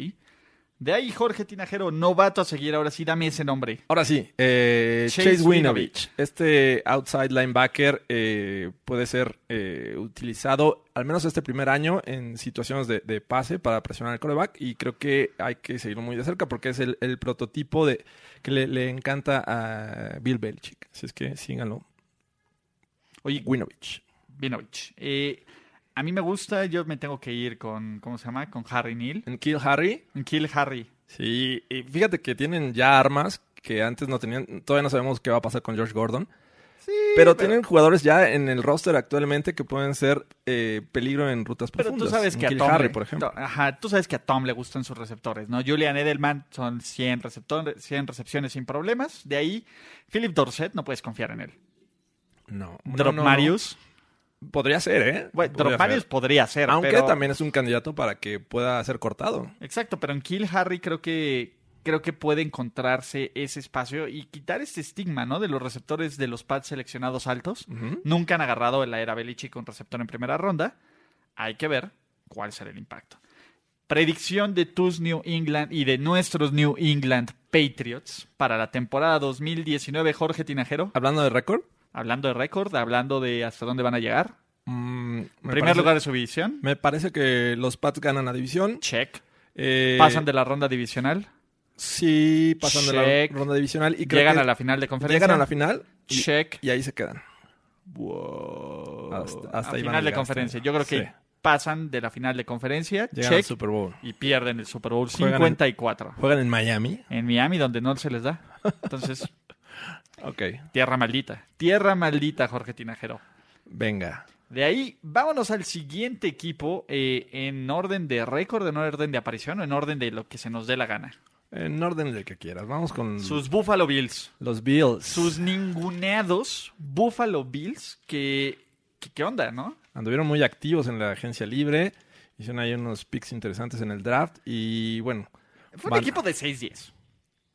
Speaker 1: De ahí Jorge Tinajero, novato a seguir. Ahora sí, dame ese nombre.
Speaker 2: Ahora sí, eh,
Speaker 1: Chase
Speaker 2: Chase,
Speaker 1: Winovich.
Speaker 2: Winovich. Este outside linebacker eh, puede ser eh, utilizado, al menos este primer año, en situaciones de, de pase para presionar el coreback. Y creo que hay que seguirlo muy de cerca porque es el, el prototipo de que le, le encanta a Bill Belichick. Así es que síganlo.
Speaker 1: Oye,
Speaker 2: Winovich.
Speaker 1: Vinovich. eh, a mí me gusta, yo me tengo que ir con, ¿cómo se llama? Con Harry Neal.
Speaker 2: En Kill Harry.
Speaker 1: Kill Harry.
Speaker 2: Sí, y fíjate que tienen ya armas que antes no tenían. Todavía no sabemos qué va a pasar con George Gordon.
Speaker 1: Sí,
Speaker 2: Pero tienen jugadores ya en el roster actualmente que pueden ser eh, peligro en rutas
Speaker 1: Pero tú
Speaker 2: profundas.
Speaker 1: sabes que a
Speaker 2: Nikhil
Speaker 1: Tom,
Speaker 2: Harry,
Speaker 1: le-
Speaker 2: por ejemplo.
Speaker 1: to- ajá, tú sabes que a Tom le gustan sus receptores, ¿no? Julian Edelman son 100, receptor- 100 recepciones sin problemas. De ahí, Philip Dorset, no puedes confiar en él.
Speaker 2: No.
Speaker 1: Drop
Speaker 2: no, no.
Speaker 1: Marius.
Speaker 2: Podría ser, ¿eh?
Speaker 1: Bueno,
Speaker 2: Podría
Speaker 1: Drop Marius
Speaker 2: ser.
Speaker 1: podría ser,
Speaker 2: Aunque
Speaker 1: pero-
Speaker 2: también es un candidato para que pueda ser cortado.
Speaker 1: Exacto, pero en Kill Harry creo que creo que puede encontrarse ese espacio y quitar este estigma, ¿no? De los receptores de los pads seleccionados altos.
Speaker 2: Ujú.
Speaker 1: Nunca han agarrado en la era Belichick un receptor en primera ronda. Hay que ver cuál será el impacto. Predicción de tus New England y de nuestros New England Patriots para la temporada 2019, Jorge Tinajero.
Speaker 2: Hablando de récord.
Speaker 1: Hablando de récord, hablando de hasta dónde van a llegar.
Speaker 2: mm, me
Speaker 1: Primer
Speaker 2: parece-
Speaker 1: lugar de su división.
Speaker 2: Me parece que los Pats ganan la división.
Speaker 1: Check.
Speaker 2: Eh,
Speaker 1: Pasan de la ronda divisional.
Speaker 2: Sí, pasan de
Speaker 1: Check.
Speaker 2: la ronda divisional. Y creo
Speaker 1: Llegan
Speaker 2: que
Speaker 1: a la final de conferencia.
Speaker 2: llegan a la final. y-
Speaker 1: Check.
Speaker 2: Y, ahí se quedan.
Speaker 1: Wow.
Speaker 2: Hasta- hasta
Speaker 1: A
Speaker 2: ahí van a
Speaker 1: final de
Speaker 2: llegar,
Speaker 1: conferencia.
Speaker 2: hasta-
Speaker 1: Yo creo que
Speaker 2: sí.
Speaker 1: pasan de la final de conferencia,
Speaker 2: Llegan al
Speaker 1: check,
Speaker 2: Super Bowl.
Speaker 1: y pierden el Super Bowl
Speaker 2: Juegan en-
Speaker 1: 54.
Speaker 2: Juegan en Miami.
Speaker 1: En Miami, donde no se les da. Entonces,
Speaker 2: Ok.
Speaker 1: tierra maldita. Tierra maldita, Jorge Tinajero.
Speaker 2: Venga.
Speaker 1: De ahí, vámonos al siguiente equipo eh, en orden de récord, en orden de aparición o en orden de lo que se nos dé la gana.
Speaker 2: En orden del que quieras. Vamos con
Speaker 1: Sus Buffalo Bills.
Speaker 2: los Bills.
Speaker 1: Sus ninguneados Buffalo Bills, que, que- ¿qué onda, no?
Speaker 2: Anduvieron muy activos en la agencia libre. Hicieron ahí unos picks interesantes en el draft. Y bueno.
Speaker 1: Fue un
Speaker 2: van-
Speaker 1: equipo de 6-10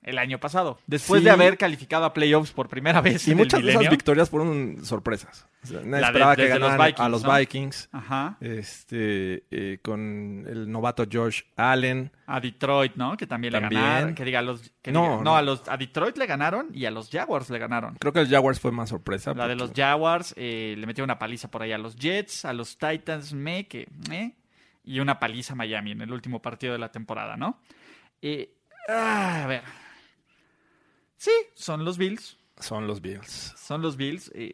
Speaker 1: el año pasado. Después de
Speaker 2: Sí.
Speaker 1: haber calificado a playoffs por primera vez
Speaker 2: Y
Speaker 1: en el
Speaker 2: muchas de esas
Speaker 1: milenio.
Speaker 2: victorias fueron sorpresas. O sea, nadie
Speaker 1: La de-
Speaker 2: esperaba que
Speaker 1: desde los
Speaker 2: ganaran
Speaker 1: Vikings,
Speaker 2: a los
Speaker 1: ¿no?
Speaker 2: Vikings.
Speaker 1: Ajá.
Speaker 2: Este, eh, con el novato Josh Allen.
Speaker 1: A Detroit, ¿no? Que también,
Speaker 2: También.
Speaker 1: le ganaron. Que diga a los. que
Speaker 2: No,
Speaker 1: diga- no,
Speaker 2: no.
Speaker 1: a los. A Detroit le ganaron y a los Jaguars le ganaron.
Speaker 2: Creo que el Jaguars fue más sorpresa.
Speaker 1: La de
Speaker 2: porque-
Speaker 1: los Jaguars eh, le metió una paliza por ahí a los Jets, a los Titans, me que. eh, y una paliza a Miami en el último partido de la temporada, ¿no? Eh, ah, a ver. Sí, son los Bills.
Speaker 2: Son los Bills.
Speaker 1: son los Bills, eh,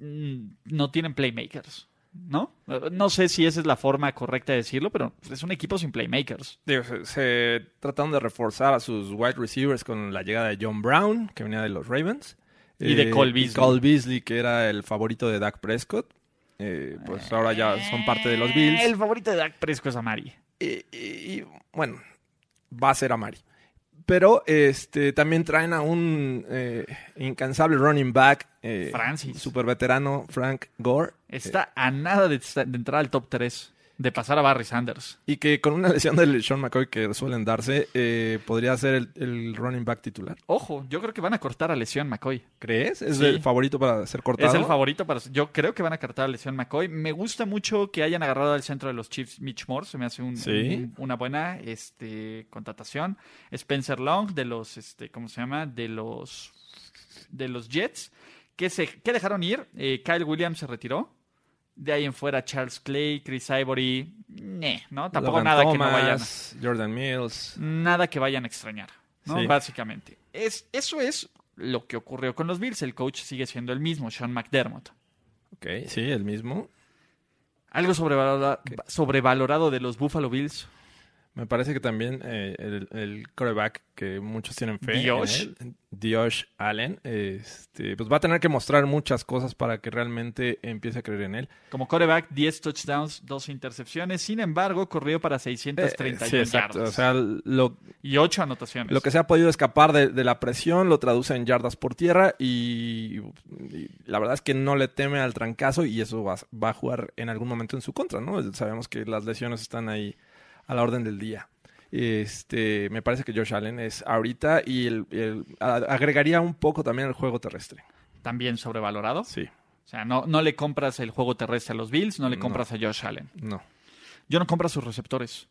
Speaker 1: mm, no tienen playmakers, ¿no? Eh, No sé si esa es la forma correcta de decirlo, pero es un equipo sin playmakers.
Speaker 2: Digo, se, se trataron de reforzar a sus wide receivers con la llegada de John Brown, que venía de los Ravens. Eh,
Speaker 1: Y de Cole Beasley.
Speaker 2: y Cole Beasley, que era el favorito de Dak Prescott. Eh, pues ahora ya son parte de los Bills.
Speaker 1: El favorito de Dak Prescott es Amari.
Speaker 2: Y, y- y, bueno, va a ser Amari. Pero este también traen a un eh, incansable running back. eh,
Speaker 1: Francis.
Speaker 2: Super veterano, Frank Gore.
Speaker 1: Está a nada de, esta- de entrar al top 3, de pasar a Barry Sanders.
Speaker 2: Y que con una lesión de Sean McCoy que suelen darse, eh, podría ser el, el running back titular.
Speaker 1: Ojo, yo creo que van a cortar a lesión McCoy.
Speaker 2: ¿Crees? ¿Es
Speaker 1: Sí.
Speaker 2: el favorito para ser cortado?
Speaker 1: Es el favorito para. Yo creo que van a cortar a lesión McCoy. Me gusta mucho que hayan agarrado al centro de los Chiefs Mitch Moore. Se me hace un-
Speaker 2: Sí.
Speaker 1: un- una buena este, contratación. Spencer Long de los, este, ¿cómo se llama? De los, de los Jets. Que se, que dejaron ir. Eh, Kyle Williams se retiró. De ahí en fuera Charles Clay, Chris Ivory. Neh, ¿no? Tampoco
Speaker 2: Logan
Speaker 1: nada que no vayan
Speaker 2: Thomas, Jordan Mills.
Speaker 1: nada que vayan a extrañar, ¿no?
Speaker 2: Sí.
Speaker 1: Básicamente. Es, eso es lo que ocurrió con los Bills. El coach sigue siendo el mismo, Sean McDermott.
Speaker 2: Ok, sí, el mismo.
Speaker 1: Algo sobrevalora- sobrevalorado de los Buffalo Bills.
Speaker 2: Me parece que también eh, el, el coreback que muchos tienen fe. en
Speaker 1: Josh.
Speaker 2: él, Josh Allen. Este, pues va a tener que mostrar muchas cosas para que realmente empiece a creer en él.
Speaker 1: Como coreback, 10 touchdowns, 2 intercepciones. Sin embargo, corrió para
Speaker 2: Eh,
Speaker 1: 631
Speaker 2: sí, exacto.
Speaker 1: yardas
Speaker 2: O sea, lo,
Speaker 1: y 8 anotaciones.
Speaker 2: lo que se ha podido escapar de, de la presión lo traduce en yardas por tierra y, y la verdad es que no le teme al trancazo y eso va, va a jugar en algún momento en su contra, ¿no? Sabemos que las lesiones están ahí a la orden del día. Este, me parece que Josh Allen es ahorita y el- el- a- agregaría un poco también el juego terrestre.
Speaker 1: También sobrevalorado.
Speaker 2: Sí,
Speaker 1: O sea, no, no le compras el juego terrestre a los Bills, no le
Speaker 2: No.
Speaker 1: compras a Josh Allen.
Speaker 2: no.
Speaker 1: Yo no compro sus receptores.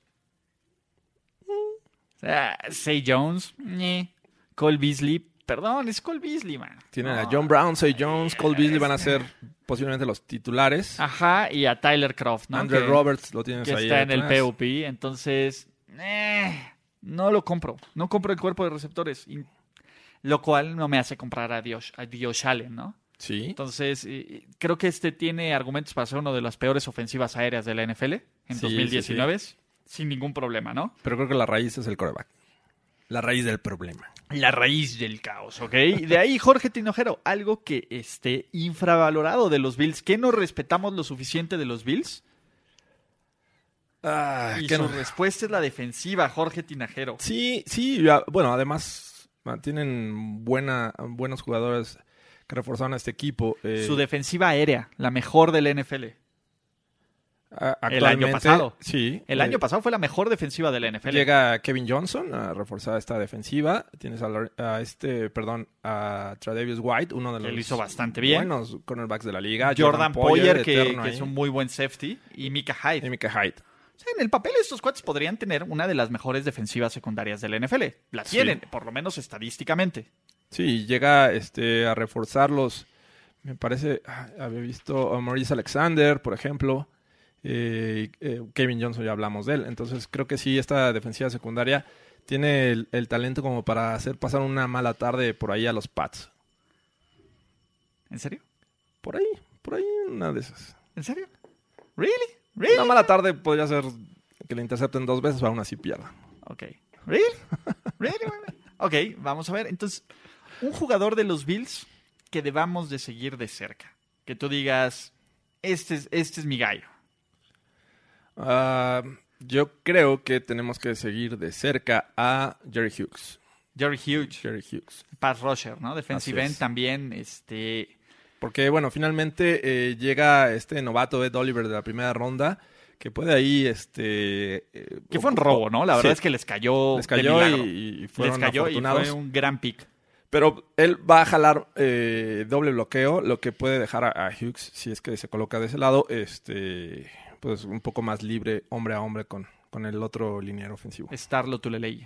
Speaker 1: O sea, Say Jones, ñe. Cole Beasley. Perdón, es Cole Beasley, man.
Speaker 2: Tienen a
Speaker 1: No.
Speaker 2: John Brown, Say Jones, Cole Beasley van a ser posiblemente los titulares.
Speaker 1: Ajá, y a Tyler Croft, ¿no?
Speaker 2: Andre
Speaker 1: Que-
Speaker 2: Roberts lo tienes
Speaker 1: Ah, que
Speaker 2: Pues ahí.
Speaker 1: está en el
Speaker 2: atrás.
Speaker 1: PUP. Entonces, eh, no lo compro. No compro el cuerpo de receptores. y- lo cual no me hace comprar a Dios, a Josh Allen, ¿no?
Speaker 2: Sí.
Speaker 1: Entonces, eh, creo que este tiene argumentos para ser una de las peores ofensivas aéreas de la NFL en
Speaker 2: Sí,
Speaker 1: 2019. Sin ningún problema, ¿no?
Speaker 2: Pero creo que la raíz es el coreback. La raíz del problema.
Speaker 1: La raíz del caos, ¿ok? De ahí, Jorge Tinojero, algo que esté infravalorado de los Bills. ¿Qué no respetamos lo suficiente de los Bills? Y
Speaker 2: ¿qué
Speaker 1: su
Speaker 2: no?
Speaker 1: respuesta es la defensiva, Jorge Tinajero.
Speaker 2: Sí, sí. ya- Bueno, además ah, tienen buena, buenos jugadores que reforzaron a este equipo. eh,
Speaker 1: Su defensiva aérea, la mejor del NFL.
Speaker 2: a-
Speaker 1: el año
Speaker 2: actualmente-
Speaker 1: pasado.
Speaker 2: Sí.
Speaker 1: El
Speaker 2: eh,
Speaker 1: año pasado fue la mejor defensiva de la NFL.
Speaker 2: Llega Kevin Johnson a reforzar esta defensiva. Tienes a, Lor- a este, perdón, a Tradevius White, uno de
Speaker 1: Que
Speaker 2: los
Speaker 1: lo hizo bastante bien.
Speaker 2: buenos cornerbacks de la liga.
Speaker 1: Jordan Poyer, que,
Speaker 2: eterno
Speaker 1: que
Speaker 2: ahí,
Speaker 1: es un muy buen safety, y Mika Hyde.
Speaker 2: y Micah Hyde.
Speaker 1: O sea, en el papel estos cuates podrían tener una de las mejores defensivas secundarias de la NFL. La
Speaker 2: Sí.
Speaker 1: tienen, por lo menos estadísticamente.
Speaker 2: Sí, llega este, a reforzarlos. Me parece, ah, había visto a Maurice Alexander, por ejemplo. eh, y, eh, Kevin Johnson, ya hablamos de él. Entonces, creo que sí, esta defensiva secundaria tiene el, el talento como para hacer pasar una mala tarde por ahí a los Pats.
Speaker 1: ¿En serio?
Speaker 2: Por ahí, por ahí, una de esas.
Speaker 1: ¿En serio? ¿Really?
Speaker 2: Una
Speaker 1: ¿Really?
Speaker 2: mala tarde podría ser que le intercepten dos veces, aún así pierda.
Speaker 1: Ok. ¿Really? ¿Really? Ok, vamos a ver. Entonces, un jugador de los Bills que debamos de seguir de cerca. Que tú digas, este es, este es mi gallo.
Speaker 2: Ah, yo creo que tenemos que seguir de cerca a Jerry Hughes.
Speaker 1: Jerry Hughes.
Speaker 2: Jerry Hughes.
Speaker 1: Pass rusher, ¿no? Defensive
Speaker 2: Así
Speaker 1: end
Speaker 2: es.
Speaker 1: también, este...
Speaker 2: Porque, bueno, finalmente eh, llega este novato Ed Oliver de la primera ronda, que puede ahí, este... eh,
Speaker 1: Que fue un robo, ¿no? La verdad
Speaker 2: Sí.
Speaker 1: es que les cayó
Speaker 2: Les
Speaker 1: de
Speaker 2: cayó
Speaker 1: milagro.
Speaker 2: y, y fueron
Speaker 1: les cayó y
Speaker 2: afortunados.
Speaker 1: fue un gran pick.
Speaker 2: Pero él va a jalar eh, doble bloqueo, lo que puede dejar a, a Hughes, si es que se coloca de ese lado, este pues un poco más libre, hombre a hombre, con, con el otro liniero ofensivo.
Speaker 1: Starlo Tulelei.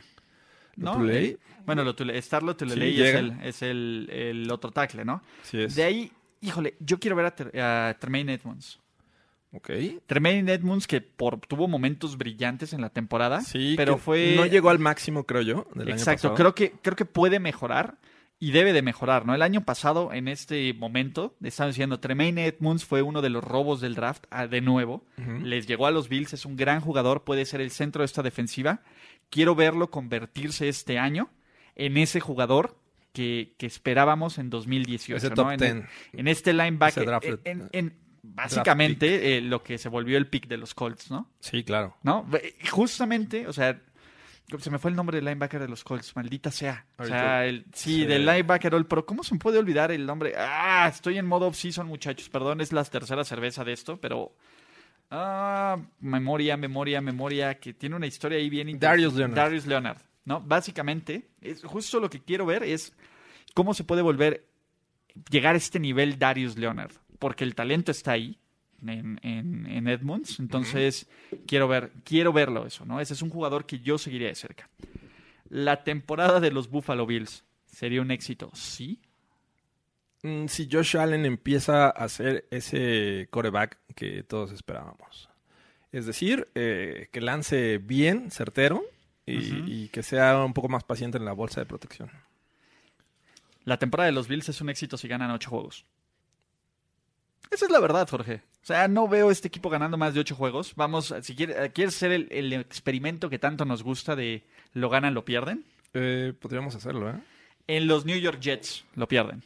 Speaker 1: ¿No?
Speaker 2: Tulelei.
Speaker 1: Bueno, lo Tule- Starlo Tulelei es,
Speaker 2: llega.
Speaker 1: el, es el, el otro tackle, ¿no?
Speaker 2: Así es.
Speaker 1: De ahí, híjole, yo quiero ver a, Ter- a Tremaine Edmonds.
Speaker 2: Ok.
Speaker 1: Tremaine Edmonds que por, tuvo momentos brillantes en la temporada,
Speaker 2: Sí,
Speaker 1: Ah, pero
Speaker 2: que
Speaker 1: fue...
Speaker 2: No llegó al máximo, creo yo, del año
Speaker 1: Exacto,
Speaker 2: pasado.
Speaker 1: creo que, creo que puede mejorar y debe de mejorar, ¿no? El año pasado, en este momento, están diciendo, Tremaine Edmonds fue uno de los robos del draft, ah, de nuevo.
Speaker 2: Ujú.
Speaker 1: Les llegó a los Bills, es un gran jugador, puede ser el centro de esta defensiva. Quiero verlo convertirse este año en ese jugador que, que esperábamos en 2018.
Speaker 2: Ese
Speaker 1: ¿no?
Speaker 2: top
Speaker 1: en,
Speaker 2: 10.
Speaker 1: en este linebacker,
Speaker 2: Ese drafted-
Speaker 1: en- en- en- básicamente eh, lo que se volvió el pick de los Colts, ¿no?
Speaker 2: Sí, claro.
Speaker 1: ¿No? Ve- Justamente, o sea, se me fue el nombre del linebacker de los Colts, maldita sea. O sea,
Speaker 2: Ahorita-
Speaker 1: el- sí,
Speaker 2: sí.
Speaker 1: del linebacker All Pro. ¿Cómo se me puede olvidar el nombre? Ah, estoy en modo off-season, muchachos. Perdón, es la tercera cerveza de esto, pero. Ah, memoria, memoria, memoria, que tiene una historia ahí bien interesante.
Speaker 2: Darius Leonard.
Speaker 1: Darius Leonard, ¿no? Básicamente, es justo lo que quiero ver es cómo se puede volver, llegar a este nivel Darius Leonard, porque el talento está ahí en, en- en Edmonds, entonces quiero ver, quiero verlo eso, ¿no? Ese es un jugador que yo seguiría de cerca. La temporada de los Buffalo Bills sería un éxito, sí,
Speaker 2: Mm, si Josh Allen empieza a ser ese coreback que todos esperábamos. Es decir, eh, que lance bien, certero, y,
Speaker 1: Ujú.
Speaker 2: y que sea un poco más paciente en la bolsa de protección.
Speaker 1: La temporada de los Bills es un éxito si ganan ocho juegos. Esa es la verdad, Jorge. O sea, no veo este equipo ganando más de ocho juegos. Vamos, si quieres quiere ser el, el experimento que tanto nos gusta de lo ganan, lo pierden.
Speaker 2: Eh, podríamos hacerlo, ¿eh?
Speaker 1: En los New York Jets lo pierden.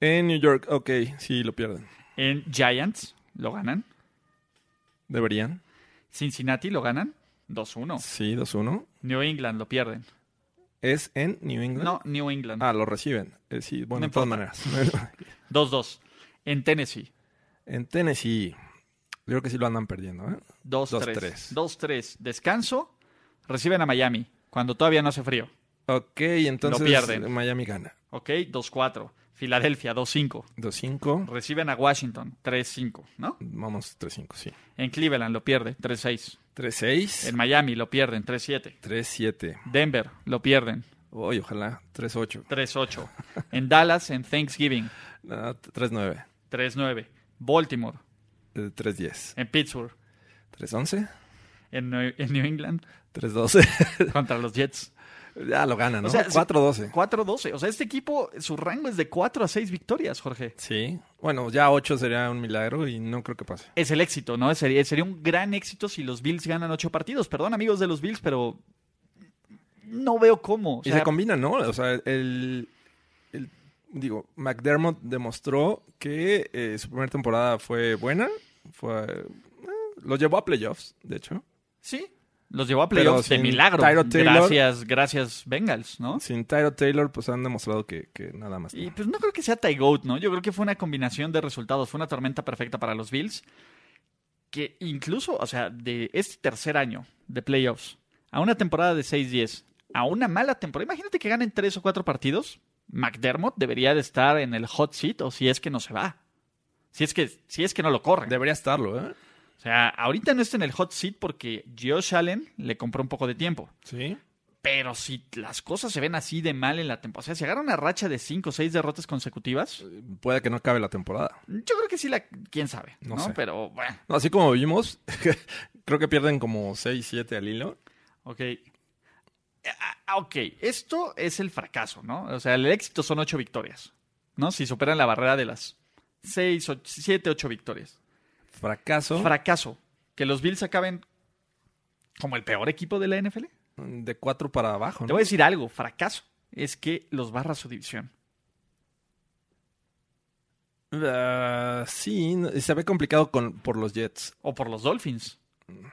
Speaker 2: En New York, ok, sí, lo pierden.
Speaker 1: En Giants lo ganan.
Speaker 2: Deberían.
Speaker 1: Cincinnati lo ganan 2-1.
Speaker 2: Sí, 2-1.
Speaker 1: New England lo pierden.
Speaker 2: ¿Es en New England?
Speaker 1: No, New England.
Speaker 2: Ah, lo reciben. Eh, sí, bueno, de todas maneras.
Speaker 1: 2-2. En Tennessee
Speaker 2: en Tennessee, yo creo que sí lo andan perdiendo, ¿eh?
Speaker 1: 2-3. 2-3. Descanso, reciben a Miami cuando todavía no hace frío.
Speaker 2: Ok, entonces
Speaker 1: Lo pierden.
Speaker 2: Miami gana.
Speaker 1: Ok, 2-4. Filadelfia, 2-5.
Speaker 2: 2-5.
Speaker 1: Reciben a Washington, 3-5, ¿no?
Speaker 2: Vamos 3-5, sí.
Speaker 1: En Cleveland lo pierde, 3-6. En
Speaker 2: 3-6.
Speaker 1: Miami lo pierden, 3-7.
Speaker 2: 3-7.
Speaker 1: Denver lo pierden,
Speaker 2: Uy, ojalá. 3-8.
Speaker 1: 3-8. En Dallas, en Thanksgiving,
Speaker 2: No, 3-9.
Speaker 1: 3-9. Baltimore,
Speaker 2: Eh, 3-10.
Speaker 1: en Pittsburgh,
Speaker 2: 3-11.
Speaker 1: en Nue- en New England,
Speaker 2: 3-12.
Speaker 1: contra los Jets.
Speaker 2: ya lo ganan, ¿no?
Speaker 1: sea, sí.
Speaker 2: 4-12.
Speaker 1: 4-12. O sea, este equipo, su rango es de 4 a 6 victorias, Jorge.
Speaker 2: Sí. Bueno, ya 8 sería un milagro y no creo que pase.
Speaker 1: es el éxito, ¿no? Sería, sería un gran éxito si los Bills ganan ocho partidos. Perdón, amigos de los Bills, pero no veo cómo. O
Speaker 2: y
Speaker 1: sea,
Speaker 2: se combina, ¿no? O sea, el, el- digo, McDermott demostró que eh, su primera temporada fue buena, fue eh, lo llevó a playoffs, de hecho,
Speaker 1: sí, los llevó a
Speaker 2: Pero
Speaker 1: playoffs de
Speaker 2: sin
Speaker 1: milagro.
Speaker 2: Tyro Taylor-
Speaker 1: gracias, gracias Bengals, ¿no?
Speaker 2: sin Tyro Taylor, pues han demostrado que, que nada más.
Speaker 1: Y
Speaker 2: no.
Speaker 1: pues no creo que sea Ty Goat, ¿no? Yo creo que fue una combinación de resultados, fue una tormenta perfecta para los Bills. Que incluso, o sea, de este tercer año de playoffs a una temporada de 6-10, a una mala temporada, imagínate que ganen tres o cuatro partidos, McDermott debería de estar en el hot seat o si es que no se va. Si es que, si es que no lo corren.
Speaker 2: Debería estarlo, ¿eh?
Speaker 1: O sea, ahorita no está en el hot seat porque Josh Allen le compró un poco de tiempo.
Speaker 2: Sí.
Speaker 1: Pero si las cosas se ven así de mal en la temporada, o sea, si agarra una racha de cinco o seis derrotas consecutivas,
Speaker 2: Puede que no acabe la temporada.
Speaker 1: yo creo que sí la. ¿Quién sabe? No,
Speaker 2: No sé.
Speaker 1: pero bueno.
Speaker 2: No, así como vimos, creo que pierden como 6, 7 al hilo.
Speaker 1: Ok. Eh, ah, Ok, esto es el fracaso, ¿no? O sea, el éxito son ocho victorias, ¿no? Si superan la barrera de las seis, ocho- siete, ocho victorias.
Speaker 2: Fracaso
Speaker 1: Fracaso. Que los Bills acaben como el peor equipo de la NFL.
Speaker 2: de 4 para
Speaker 1: Te
Speaker 2: abajo. ¿no?
Speaker 1: voy a decir algo, fracaso. Es que los barra su división.
Speaker 2: Ah, sí, no- se ve complicado con, por los Jets.
Speaker 1: O por los Dolphins, ¿no?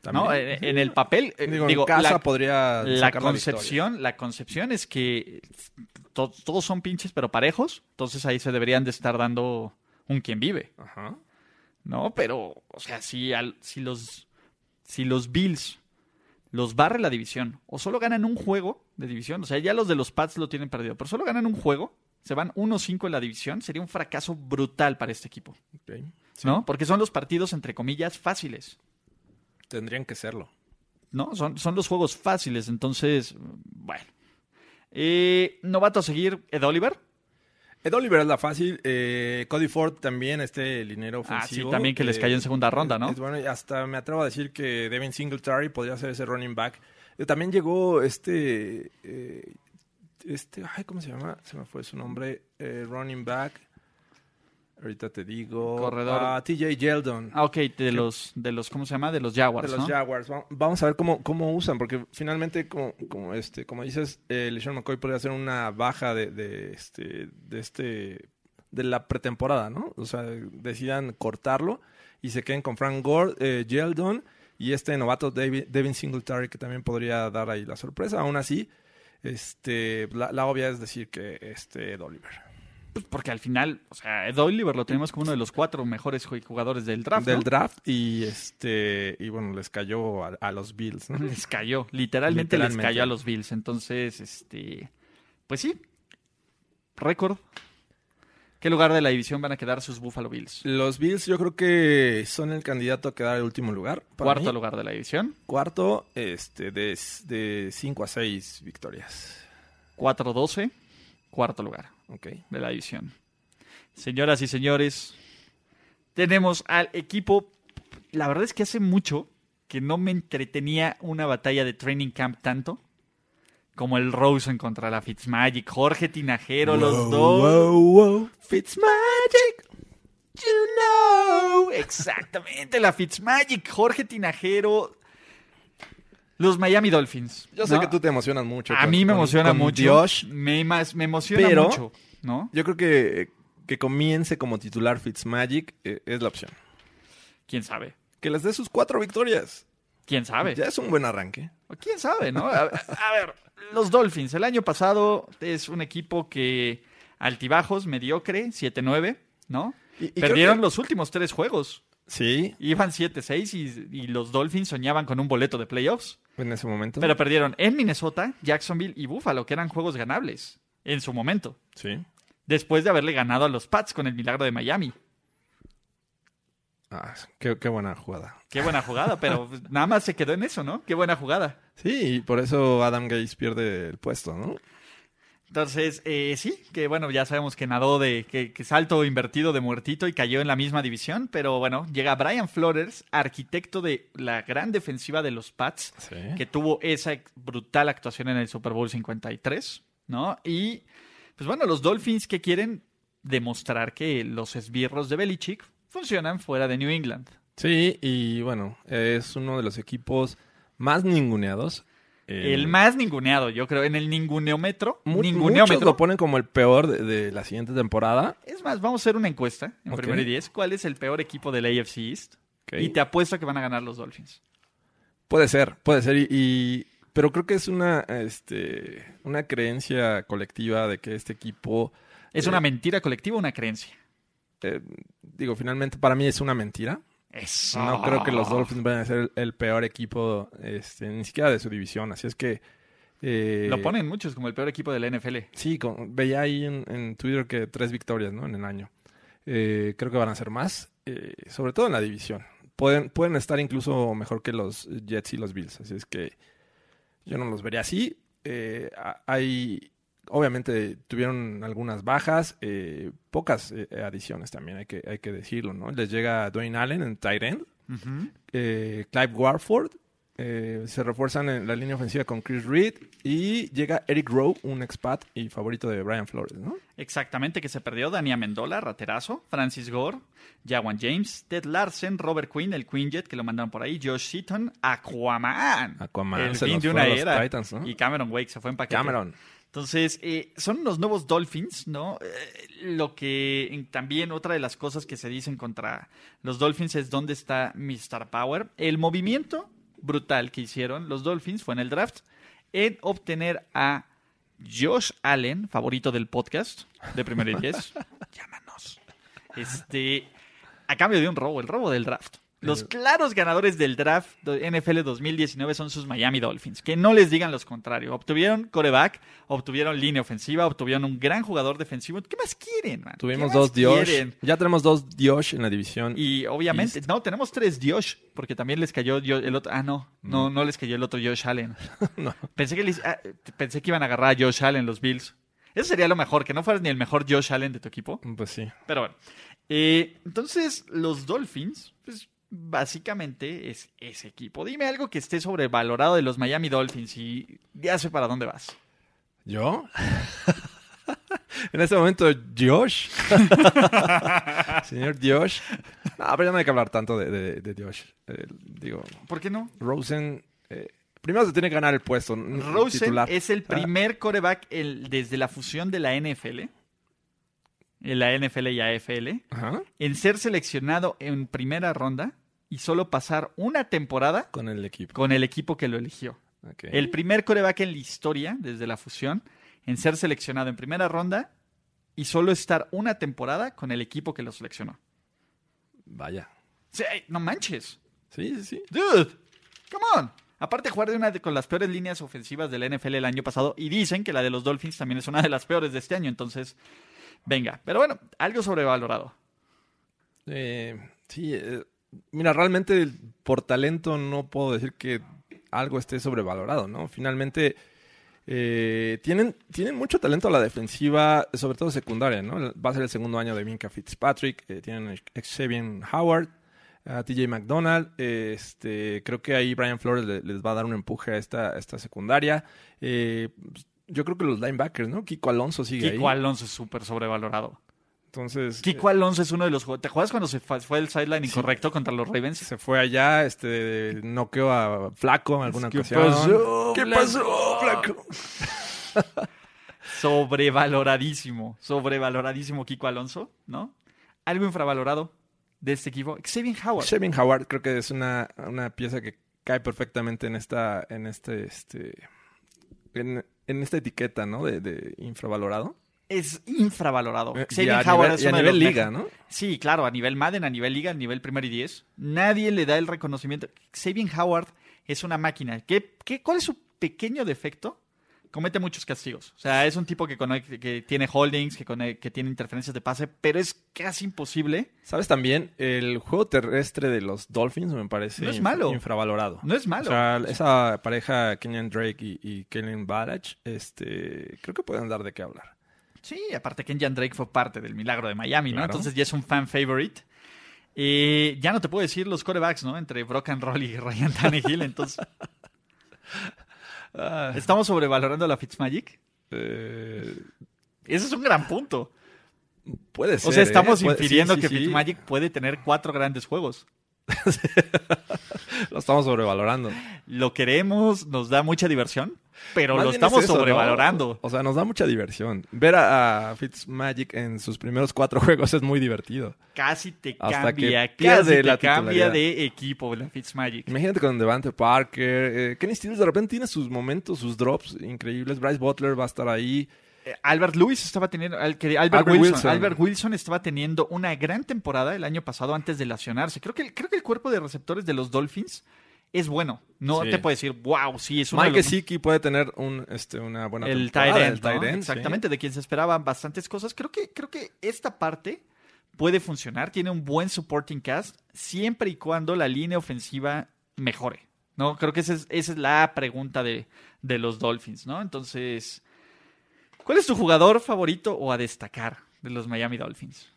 Speaker 2: también.
Speaker 1: En, en el papel, eh,
Speaker 2: Digo,
Speaker 1: digo,
Speaker 2: en casa
Speaker 1: la-
Speaker 2: podría
Speaker 1: la
Speaker 2: sacar
Speaker 1: concepción, la, concepción es que to- todos son pinches pero parejos, entonces ahí se deberían de estar dando un quien vive,
Speaker 2: victoria. Ajá.
Speaker 1: ¿no? Pero, o sea, si, al- si los si los Bills los barre la división o solo ganan un juego de división, o sea, ya los de los Pats lo tienen perdido, pero solo ganan un juego, se van 1-5 en la división, sería un fracaso brutal para este equipo,
Speaker 2: Ok. Sí,
Speaker 1: ¿no? Porque son los partidos entre comillas fáciles.
Speaker 2: Tendrían que serlo.
Speaker 1: ¿no? Son, son los juegos fáciles, entonces, bueno. Eh, novato a seguir, Ed Oliver.
Speaker 2: Ed Oliver es la fácil. eh, Cody Ford también, este linero
Speaker 1: Ah, sí,
Speaker 2: ofensivo.
Speaker 1: también que les cayó en segunda ronda, ¿no?
Speaker 2: es bueno, y hasta me atrevo a decir que Devin Singletary podría ser ese running back. Eh, También llegó este... eh, este, ay, ¿cómo se llama? Se me fue su nombre. eh, running back. Ahorita te digo.
Speaker 1: Corredor.
Speaker 2: Ah, TJ Yeldon.
Speaker 1: Ah, ok, de los, de los, ¿cómo se llama? De los Jaguars,
Speaker 2: de los
Speaker 1: ¿no?
Speaker 2: Jaguars. Va- Vamos a ver cómo, cómo usan, porque finalmente, como, como este, como dices, eh, LeSean McCoy podría hacer una baja de, de este, de este, de la pretemporada, ¿no? O sea, decidan cortarlo y se queden con Frank Gore, eh, Yeldon y este novato Davi- Devin Singletary que también podría dar ahí la sorpresa. Aún así, este, la, la obvia es decir que este Ed Oliver.
Speaker 1: Pues porque al final, o sea, Ed Oliver lo tenemos como uno de los cuatro mejores ju- jugadores del draft.
Speaker 2: del
Speaker 1: ¿no?
Speaker 2: draft y este y bueno les cayó a, a los Bills, ¿no?
Speaker 1: Les cayó, literalmente, les
Speaker 2: Literalmente.
Speaker 1: cayó a los Bills. Entonces, este, pues sí, récord. ¿Qué lugar de la división van a quedar sus Buffalo Bills?
Speaker 2: Los Bills yo creo que son el candidato a quedar en último lugar. para
Speaker 1: Cuarto
Speaker 2: mí.
Speaker 1: lugar de la división,
Speaker 2: Cuarto, este, de 5 a 6 victorias.
Speaker 1: 4-12, cuarto lugar.
Speaker 2: Ok.
Speaker 1: de la división. Señoras y señores, tenemos al equipo. La verdad es que hace mucho que no me entretenía una batalla de training camp tanto como el Rosen contra la Fitzmagic, Jorge Tinajero, los dos.
Speaker 2: Wow, wow, Fitzmagic.
Speaker 1: You know. Exactamente, la Fitzmagic, Jorge Tinajero, los Miami Dolphins.
Speaker 2: Yo sé
Speaker 1: ¿no?
Speaker 2: que tú te emocionas mucho.
Speaker 1: A
Speaker 2: con-
Speaker 1: mí me
Speaker 2: con-
Speaker 1: emociona
Speaker 2: con
Speaker 1: mucho.
Speaker 2: Josh.
Speaker 1: Me, mas- me emociona
Speaker 2: Pero-
Speaker 1: mucho, ¿no?
Speaker 2: Yo creo que que comience como titular Fitzmagic eh, es la opción.
Speaker 1: ¿Quién sabe?
Speaker 2: Que les dé sus cuatro victorias.
Speaker 1: ¿Quién sabe?
Speaker 2: Ya es un buen arranque.
Speaker 1: ¿Quién sabe, no? A, a ver, los Dolphins, el año pasado es un equipo que altibajos, mediocre, 7-9, ¿no?
Speaker 2: Y- y creo
Speaker 1: Perdieron
Speaker 2: que-
Speaker 1: los últimos tres juegos.
Speaker 2: Sí,
Speaker 1: Iban 7-6 y, y los Dolphins soñaban con un boleto de playoffs.
Speaker 2: en ese momento.
Speaker 1: Pero perdieron en Minnesota, Jacksonville y Buffalo, que eran juegos ganables en su momento.
Speaker 2: Sí.
Speaker 1: Después de haberle ganado a los Pats con el milagro de Miami.
Speaker 2: Ah, qué, qué buena jugada.
Speaker 1: Qué buena jugada, pero pues, nada más se quedó en eso, ¿no? Qué buena jugada.
Speaker 2: Sí, y por eso Adam Gates pierde el puesto, ¿no?
Speaker 1: Entonces, eh, sí, que bueno, ya sabemos que nadó de que, que salto invertido de muertito y cayó en la misma división, pero bueno, llega Brian Flores, arquitecto de la gran defensiva de los Pats,
Speaker 2: Sí.
Speaker 1: que tuvo esa ex- brutal actuación en el Super Bowl 53, ¿no? Y pues bueno, los Dolphins que quieren demostrar que los esbirros de Belichick funcionan fuera de New England.
Speaker 2: Sí, y bueno, es uno de los equipos más ninguneados. Eh,
Speaker 1: El más ninguneado, yo creo, en el ninguneómetro,
Speaker 2: mu- Muchos
Speaker 1: ninguneómetro
Speaker 2: lo ponen como el peor de, de la siguiente temporada.
Speaker 1: Es más, vamos a hacer una encuesta en
Speaker 2: Ok.
Speaker 1: primero y diez. ¿Cuál es el peor equipo del AFC East?
Speaker 2: Ok.
Speaker 1: Y te apuesto que van a ganar los Dolphins.
Speaker 2: Puede ser, puede ser. Y, y- pero creo que es una, este, una creencia colectiva de que este equipo,
Speaker 1: ¿Es
Speaker 2: Eh.
Speaker 1: una mentira colectiva o una creencia?
Speaker 2: eh, digo, finalmente para mí es una mentira.
Speaker 1: Eso.
Speaker 2: No creo que los Dolphins vayan a ser el, el peor equipo, este, ni siquiera de su división. Así es que. eh,
Speaker 1: Lo ponen muchos como el peor equipo de la NFL.
Speaker 2: Sí, con- veía ahí en, en Twitter que tres victorias, ¿no? En el año. Eh, creo que van a ser más, eh, sobre todo en la división. Pueden, pueden estar incluso mejor que los Jets y los Bills. Así es que yo no los vería así. Eh, a- hay, obviamente tuvieron algunas bajas, eh, pocas eh, adiciones también, hay que, hay que decirlo, ¿no? Les llega Dwayne Allen en tight end
Speaker 1: Ujú.
Speaker 2: eh, Clive Warford. eh, se refuerzan en la línea ofensiva con Chris Reed. Y llega Eric Rowe, un expat y favorito de Brian Flores, ¿no?
Speaker 1: Exactamente, que se perdió Dani Amendola, Raterazo, Francis Gore, Jawan James, Ted Larsen, Robert Quinn, el Quinjet, que lo mandaron por ahí, Josh Seaton, Aquaman.
Speaker 2: Aquaman,
Speaker 1: El
Speaker 2: se
Speaker 1: fin
Speaker 2: nos
Speaker 1: de
Speaker 2: fue
Speaker 1: una
Speaker 2: a los
Speaker 1: era.
Speaker 2: Titans, ¿no?
Speaker 1: Y Cameron Wake se fue en paquete.
Speaker 2: Cameron.
Speaker 1: Entonces, eh, son los nuevos Dolphins, ¿no? Eh, lo que en- también otra de las cosas que se dicen contra los Dolphins es dónde está Mr. Power. El movimiento brutal que hicieron los Dolphins fue en el draft en obtener a Josh Allen, favorito del podcast de Primero y Diez. Llámanos. Este, a cambio de un robo, el robo del draft. Los claros ganadores del draft de NFL 2019 son sus Miami Dolphins. Que no les digan los contrarios. Obtuvieron coreback, obtuvieron línea ofensiva, obtuvieron un gran jugador defensivo. ¿Qué más quieren? man?
Speaker 2: Tuvimos
Speaker 1: ¿Qué más
Speaker 2: dos Dios.
Speaker 1: quieren?
Speaker 2: Ya tenemos dos Dios en la división.
Speaker 1: Y obviamente, no, tenemos tres Josh, porque también les cayó Yo- el otro. Ah, no, no, no les cayó el otro Josh Allen. pensé, que les- ah, pensé que iban a agarrar a Josh Allen los Bills. Eso sería lo mejor, que no fueras ni el mejor Josh Allen de tu equipo.
Speaker 2: Pues sí.
Speaker 1: Pero bueno. Eh, entonces, los Dolphins, pues básicamente es ese equipo. Dime algo que esté sobrevalorado de los Miami Dolphins y ya sé para dónde vas.
Speaker 2: ¿Yo? en este momento, Josh. Señor Josh. No, pero ya no hay que hablar tanto de, de- de Josh. Eh, digo,
Speaker 1: ¿Por qué no?
Speaker 2: Rosen. eh, primero se tiene que ganar el puesto. n-
Speaker 1: Rosen
Speaker 2: titular.
Speaker 1: es el
Speaker 2: Ah,
Speaker 1: primer coreback el- desde la fusión de la NFL, en la NFL y AFL,
Speaker 2: Ajá.
Speaker 1: en ser seleccionado en primera ronda y solo pasar una temporada
Speaker 2: Con el equipo.
Speaker 1: con el equipo que lo eligió.
Speaker 2: Ok.
Speaker 1: El primer coreback en la historia, desde la fusión, en ser seleccionado en primera ronda y solo estar una temporada con el equipo que lo seleccionó.
Speaker 2: Vaya.
Speaker 1: Sí, ay, no manches.
Speaker 2: Sí, sí, sí.
Speaker 1: Dude, come on. Aparte, jugar de una de- con las peores líneas ofensivas de la NFL el año pasado y dicen que la de los Dolphins también es una de las peores de este año, entonces, venga. Pero bueno, algo sobrevalorado.
Speaker 2: Eh, sí, eh, mira, realmente el- por talento no puedo decir que algo esté sobrevalorado, ¿no? Finalmente eh, tienen, tienen mucho talento a la defensiva, sobre todo secundaria, ¿no? Va a ser el segundo año de Minka Fitzpatrick, eh, tienen a Xavier Howard, a TJ McDonald, eh, este, creo que ahí Brian Flores le- les va a dar un empuje a esta, a esta secundaria. Eh, yo creo que los linebackers, ¿no? Kiko Alonso sigue ahí.
Speaker 1: Kiko Alonso es súper sobrevalorado.
Speaker 2: Entonces.
Speaker 1: Kiko Alonso es uno de los jugadores. ¿Te acuerdas cuando se fa- fue el sideline incorrecto contra los Ravens?
Speaker 2: Se fue allá, este, noqueó a Flaco en alguna
Speaker 1: ¿Qué
Speaker 2: ocasión.
Speaker 1: pasó,
Speaker 2: ¿Qué
Speaker 1: Blanco?
Speaker 2: pasó, Flaco?
Speaker 1: Sobrevaloradísimo, sobrevaloradísimo Kiko Alonso, ¿no? Algo infravalorado de este equipo, Xavier Howard.
Speaker 2: Shevin Howard creo que es una, una pieza que cae perfectamente en esta, en este, este, en, en esta etiqueta, ¿no? De, de infravalorado.
Speaker 1: Es infravalorado.
Speaker 2: Eh, y
Speaker 1: Xavier
Speaker 2: a
Speaker 1: Oh, Howard
Speaker 2: nivel,
Speaker 1: es
Speaker 2: y a
Speaker 1: uno de
Speaker 2: nivel
Speaker 1: los
Speaker 2: liga,
Speaker 1: mejores.
Speaker 2: ¿no?
Speaker 1: Sí, claro, a nivel Madden, a nivel liga, a nivel primer y 10. Nadie le da el reconocimiento. Xavier Howard es una máquina. ¿Qué, qué, cuál es su pequeño defecto? Comete muchos castigos. O sea, es un tipo que, conecta- que tiene holdings, que, conecta- que tiene interferencias de pase, pero es casi imposible.
Speaker 2: Sabes también, el juego terrestre de los Dolphins me parece
Speaker 1: No es
Speaker 2: inf-
Speaker 1: malo.
Speaker 2: infravalorado.
Speaker 1: No es malo.
Speaker 2: O sea, esa pareja Kenyan Drake y, y Kellen Balach, este, creo que pueden dar de qué hablar.
Speaker 1: Sí, aparte Kenyan Drake fue parte del milagro de Miami, ¿no?
Speaker 2: Claro.
Speaker 1: Entonces ya es un fan favorite. Eh, ya no te puedo decir los corebacks, ¿no? Entre Brock and Roll y Ryan Tannehill. Entonces,
Speaker 2: Ah.
Speaker 1: ¿estamos sobrevalorando a la Fitzmagic?
Speaker 2: Eh,
Speaker 1: Ese es un gran punto.
Speaker 2: puede ser.
Speaker 1: O sea, estamos
Speaker 2: ¿eh? Puede-
Speaker 1: infiriendo
Speaker 2: sí, sí,
Speaker 1: que
Speaker 2: sí.
Speaker 1: Fitzmagic puede tener cuatro grandes juegos.
Speaker 2: Lo estamos sobrevalorando.
Speaker 1: Lo queremos, nos da mucha diversión, pero
Speaker 2: Más
Speaker 1: lo
Speaker 2: bien
Speaker 1: estamos
Speaker 2: es eso, ¿no?
Speaker 1: sobrevalorando.
Speaker 2: O sea, nos da mucha diversión. Ver a, a Fitzmagic en sus primeros cuatro juegos es muy divertido.
Speaker 1: Casi te
Speaker 2: Hasta
Speaker 1: cambia,
Speaker 2: que pierde
Speaker 1: casi te
Speaker 2: la
Speaker 1: cambia
Speaker 2: titularidad.
Speaker 1: de equipo la Fitzmagic.
Speaker 2: Imagínate con Devante Parker. eh, Kenny Stills de repente tiene sus momentos, sus drops increíbles. Bryce Butler va a estar ahí.
Speaker 1: Eh, Albert Lewis estaba teniendo, al- que- Albert,
Speaker 2: Albert
Speaker 1: Wilson,
Speaker 2: Wilson.
Speaker 1: Albert Wilson estaba teniendo una gran temporada el año pasado antes de lesionarse. Creo que, el- creo que el cuerpo de receptores de los Dolphins es bueno. No
Speaker 2: Sí.
Speaker 1: te puedo decir, wow, sí, es uno de
Speaker 2: Mike
Speaker 1: los-
Speaker 2: Siki puede tener un, este, una buena
Speaker 1: el tight
Speaker 2: temporada,
Speaker 1: end,
Speaker 2: el
Speaker 1: ¿no?
Speaker 2: tight end, sí.
Speaker 1: Exactamente, de quien se esperaban bastantes cosas. Creo que, creo que esta parte puede funcionar, tiene un buen supporting cast, siempre y cuando la línea ofensiva mejore. ¿no? Creo que esa es, esa es la pregunta de, de los Dolphins, ¿no? Entonces, ¿cuál es tu jugador favorito o a destacar de los Miami Dolphins?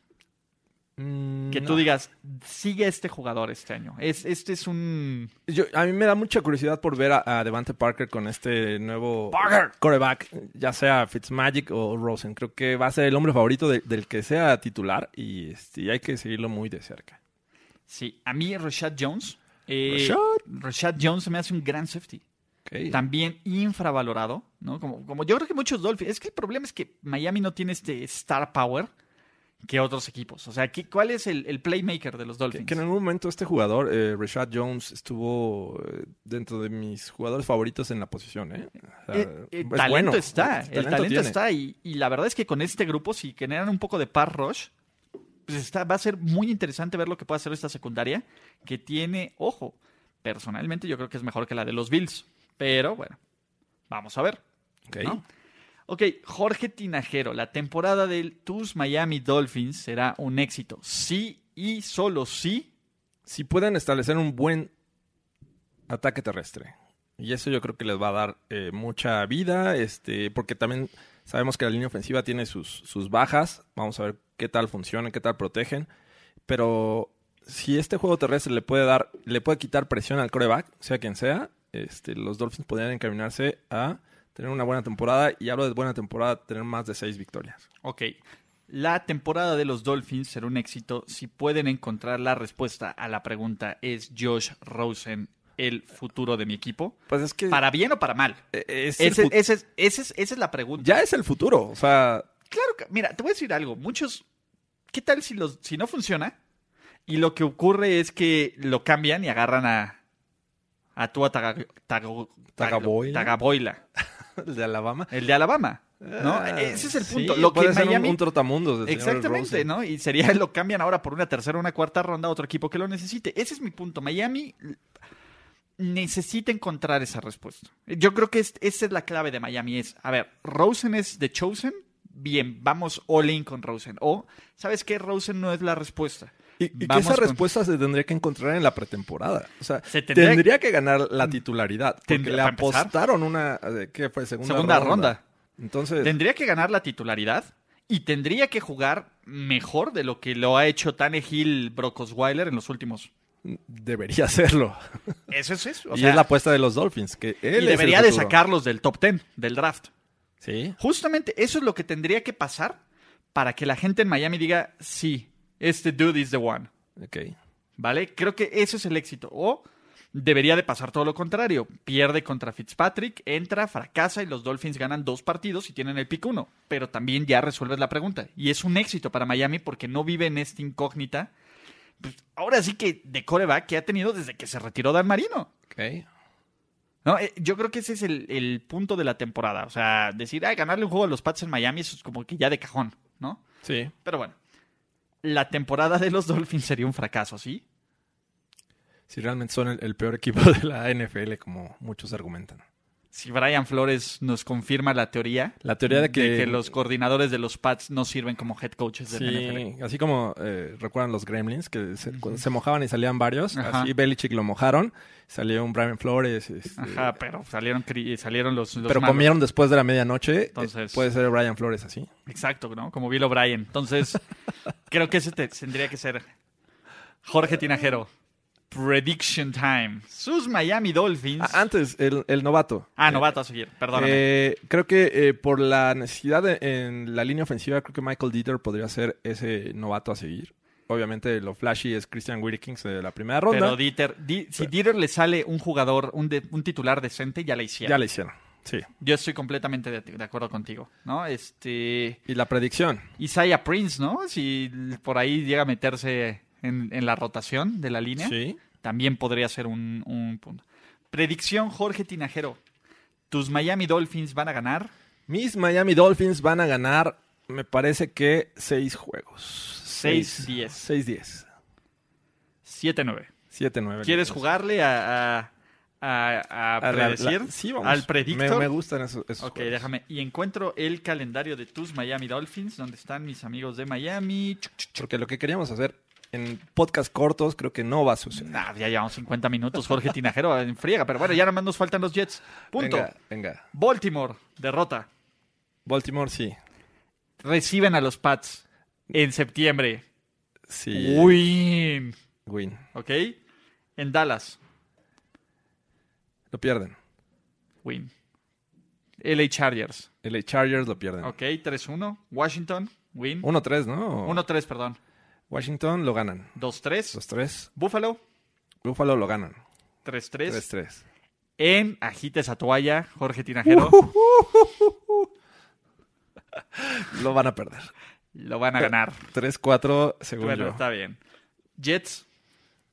Speaker 2: Mm,
Speaker 1: Que
Speaker 2: no.
Speaker 1: tú digas, sigue a este jugador este año. Es, este es un...
Speaker 2: Yo- a mí me da mucha curiosidad por ver a, a Devante Parker con este nuevo
Speaker 1: Parker.
Speaker 2: coreback, ya sea Fitzmagic o Rosen. Creo que va a ser el hombre favorito de- del que sea titular y, este, y hay que seguirlo muy de cerca.
Speaker 1: Sí, a mí Rashad Jones. eh,
Speaker 2: Rashad.
Speaker 1: Rashad Jones se me hace un gran safety.
Speaker 2: Ok.
Speaker 1: también infravalorado, ¿no? Como, como yo creo que muchos Dolphins. Es que el problema es que Miami no tiene este star power que otros equipos. O sea, ¿qué- ¿cuál es el, el playmaker de los
Speaker 2: Que,
Speaker 1: Dolphins?
Speaker 2: que en algún momento este jugador, eh, Rashad Jones, estuvo eh, dentro de mis jugadores favoritos en la posición. ¿eh? O sea,
Speaker 1: Eh, el
Speaker 2: es
Speaker 1: talento
Speaker 2: bueno.
Speaker 1: está, el talento,
Speaker 2: tiene.
Speaker 1: está. Y, y la verdad es que con este grupo, si generan un poco de par rush, pues está, va a ser muy interesante ver lo que puede hacer esta secundaria, que tiene, ojo, personalmente yo creo que es mejor que la de los Bills. Pero bueno, vamos a ver.
Speaker 2: Ok.
Speaker 1: ¿no? Ok, Jorge Tinajero, la temporada de tus Miami Dolphins será un éxito. Sí y solo sí.
Speaker 2: Si pueden establecer un buen ataque terrestre. Y eso yo creo que les va a dar eh, mucha vida, este, porque también sabemos que la línea ofensiva tiene sus, sus bajas. Vamos a ver qué tal funcionan, qué tal protegen. Pero si este juego terrestre le puede dar, le puede quitar presión al coreback, sea quien sea, este, los Dolphins podrían encaminarse a tener una buena temporada. Y hablo de buena temporada, tener más de seis victorias.
Speaker 1: Ok, la temporada de los Dolphins será un éxito si pueden encontrar la respuesta a la pregunta ¿es Josh Rosen el futuro de mi equipo?
Speaker 2: Pues es que e-,
Speaker 1: ¿Para bien o para mal?
Speaker 2: es el
Speaker 1: Ese- e-,
Speaker 2: fut-
Speaker 1: ese Eh. es- ese es- esa es la pregunta.
Speaker 2: ya es el futuro. O sea,
Speaker 1: Claro que, mira, te voy a decir algo. Muchos, ¿qué tal si, los, si no funciona? Y lo que ocurre es que lo cambian y agarran a, a Tua Taga- Tago-
Speaker 2: Tagaboyla.
Speaker 1: Tagaboyla,
Speaker 2: el de Alabama.
Speaker 1: el de Alabama. ¿no?
Speaker 2: Ah,
Speaker 1: Ese es el punto.
Speaker 2: sí,
Speaker 1: lo que
Speaker 2: puede ser un-
Speaker 1: Miami-
Speaker 2: un, trotamundos. del señor
Speaker 1: Exactamente,
Speaker 2: Rosen.
Speaker 1: ¿no? Y sería, lo cambian ahora por una tercera o una cuarta ronda a otro equipo que lo necesite. Ese es mi punto. Miami l- necesita encontrar esa respuesta. Yo creo que es- esa es la clave de Miami. Es, a ver, Rosen es The Chosen. Bien, vamos all in con Rosen. O, ¿sabes qué? Rosen no es la respuesta.
Speaker 2: Y, y que
Speaker 1: Vamos
Speaker 2: esa
Speaker 1: con-
Speaker 2: respuesta se tendría que encontrar en la pretemporada. O sea,
Speaker 1: Se tendría-
Speaker 2: tendría... que ganar la titularidad. Porque
Speaker 1: Mm. Tendría-
Speaker 2: le
Speaker 1: para empezar.
Speaker 2: apostaron una. eh, ¿Qué fue? Segunda,
Speaker 1: Segunda
Speaker 2: ronda.
Speaker 1: ronda.
Speaker 2: Entonces,
Speaker 1: Tendría que ganar la titularidad y tendría que jugar mejor de lo que lo ha hecho Tannehill Brock Osweiler en los últimos.
Speaker 2: debería hacerlo.
Speaker 1: Eso es eso. O
Speaker 2: y
Speaker 1: sea,
Speaker 2: es la apuesta de los Dolphins. Que él es
Speaker 1: y
Speaker 2: el
Speaker 1: debería de
Speaker 2: futuro.
Speaker 1: sacarlos del top 10, del draft.
Speaker 2: Sí.
Speaker 1: Justamente eso es lo que tendría que pasar para que la gente en Miami diga, sí, este dude is the one.
Speaker 2: Ok.
Speaker 1: ¿Vale? Creo que ese es el éxito. O debería de pasar todo lo contrario. Pierde contra Fitzpatrick, entra, fracasa y los Dolphins ganan dos partidos y tienen el pick uno. Pero también ya resuelves la pregunta. Y es un éxito para Miami porque no vive en esta incógnita. Pues, ahora sí que de coreback que ha tenido desde que se retiró Dan Marino.
Speaker 2: Ok.
Speaker 1: ¿no? Eh, Yo creo que ese es el, el punto de la temporada. O sea, decir, ah, ganarle un juego a los Pats en Miami, eso es como que ya de cajón, ¿no?
Speaker 2: Sí.
Speaker 1: Pero bueno, la temporada de los Dolphins sería un fracaso, ¿sí?
Speaker 2: Si realmente son el, el peor equipo de la NFL, como muchos argumentan.
Speaker 1: Si Brian Flores nos confirma la teoría
Speaker 2: La teoría de que,
Speaker 1: los coordinadores de los Pats no sirven como head coaches de la NFL.
Speaker 2: Sí, así como eh, recuerdan los Gremlins, que se, cuando se mojaban y salían varios.
Speaker 1: Ajá.
Speaker 2: Así Belichick lo mojaron, salió un Brian Flores. este,
Speaker 1: Ajá, pero salieron, cri- eh, salieron los, los
Speaker 2: pero
Speaker 1: malos.
Speaker 2: comieron después de la medianoche. eh,
Speaker 1: Entonces-
Speaker 2: puede ser Brian Flores así.
Speaker 1: Exacto, ¿no? Como Bill O'Brien. Entonces, creo que ese te- tendría que ser Jorge Tinajero. Prediction time. Sus Miami Dolphins.
Speaker 2: Ah, antes, el, el novato.
Speaker 1: Ah, novato a seguir, perdóname.
Speaker 2: Eh, creo que eh, por la necesidad de- en la línea ofensiva, creo que Michael Dieter podría ser ese novato a seguir. Obviamente lo flashy es Christian Wilkins de la primera ronda.
Speaker 1: pero Dieter, Di- si Dieter le sale un jugador, un, de- un titular decente, ya la hicieron.
Speaker 2: ya le hicieron. Sí.
Speaker 1: Yo estoy completamente de, de acuerdo contigo, ¿no? Este.
Speaker 2: Y la predicción.
Speaker 1: Isaiah Prince, ¿no? Si por ahí llega a meterse en, en la rotación de la línea,
Speaker 2: Sí.
Speaker 1: también podría ser un, un punto. Predicción, Jorge Tinajero. ¿Tus Miami Dolphins van a ganar?
Speaker 2: Mis Miami Dolphins van a ganar, me parece que seis juegos.
Speaker 1: Seis, diez.
Speaker 2: 6-10.
Speaker 1: 7-9.
Speaker 2: 7-9.
Speaker 1: ¿Quieres
Speaker 2: Entonces,
Speaker 1: jugarle a, a, a- a
Speaker 2: pues. a la-
Speaker 1: predecir?
Speaker 2: la- sí, vamos.
Speaker 1: ¿Al
Speaker 2: Me,
Speaker 1: predictor?
Speaker 2: me gustan esos, esos
Speaker 1: Ok,
Speaker 2: juegos.
Speaker 1: déjame. Y encuentro el calendario de tus Miami Dolphins, donde están mis amigos de Miami. Chuc, chuc, chuc.
Speaker 2: Porque lo que queríamos hacer en podcast cortos creo que no va a suceder.
Speaker 1: Nah, ya llevamos 50 minutos, Jorge Tinajero, en friega. Pero bueno, ya nada más nos faltan los Jets. Punto.
Speaker 2: Venga, venga.
Speaker 1: Baltimore, derrota.
Speaker 2: Baltimore sí.
Speaker 1: Reciben a los Pats en septiembre.
Speaker 2: Sí.
Speaker 1: Uh. Win.
Speaker 2: Win.
Speaker 1: ¿Ok? En Dallas,
Speaker 2: Lo pierden.
Speaker 1: win. LA Chargers,
Speaker 2: LA Chargers lo pierden.
Speaker 1: ¿ok? 3-1. Washington, win.
Speaker 2: 1-3, ¿no?
Speaker 1: 1-3, perdón.
Speaker 2: Washington lo ganan.
Speaker 1: 2-3.
Speaker 2: Los tres.
Speaker 1: Buffalo,
Speaker 2: Buffalo lo ganan.
Speaker 1: 3-3.
Speaker 2: 3-3.
Speaker 1: En Agites a Toalla, Jorge Tinajero.
Speaker 2: Lo van a perder.
Speaker 1: Lo van a ganar.
Speaker 2: 3-4, según
Speaker 1: Bueno,
Speaker 2: yo.
Speaker 1: está bien. Jets,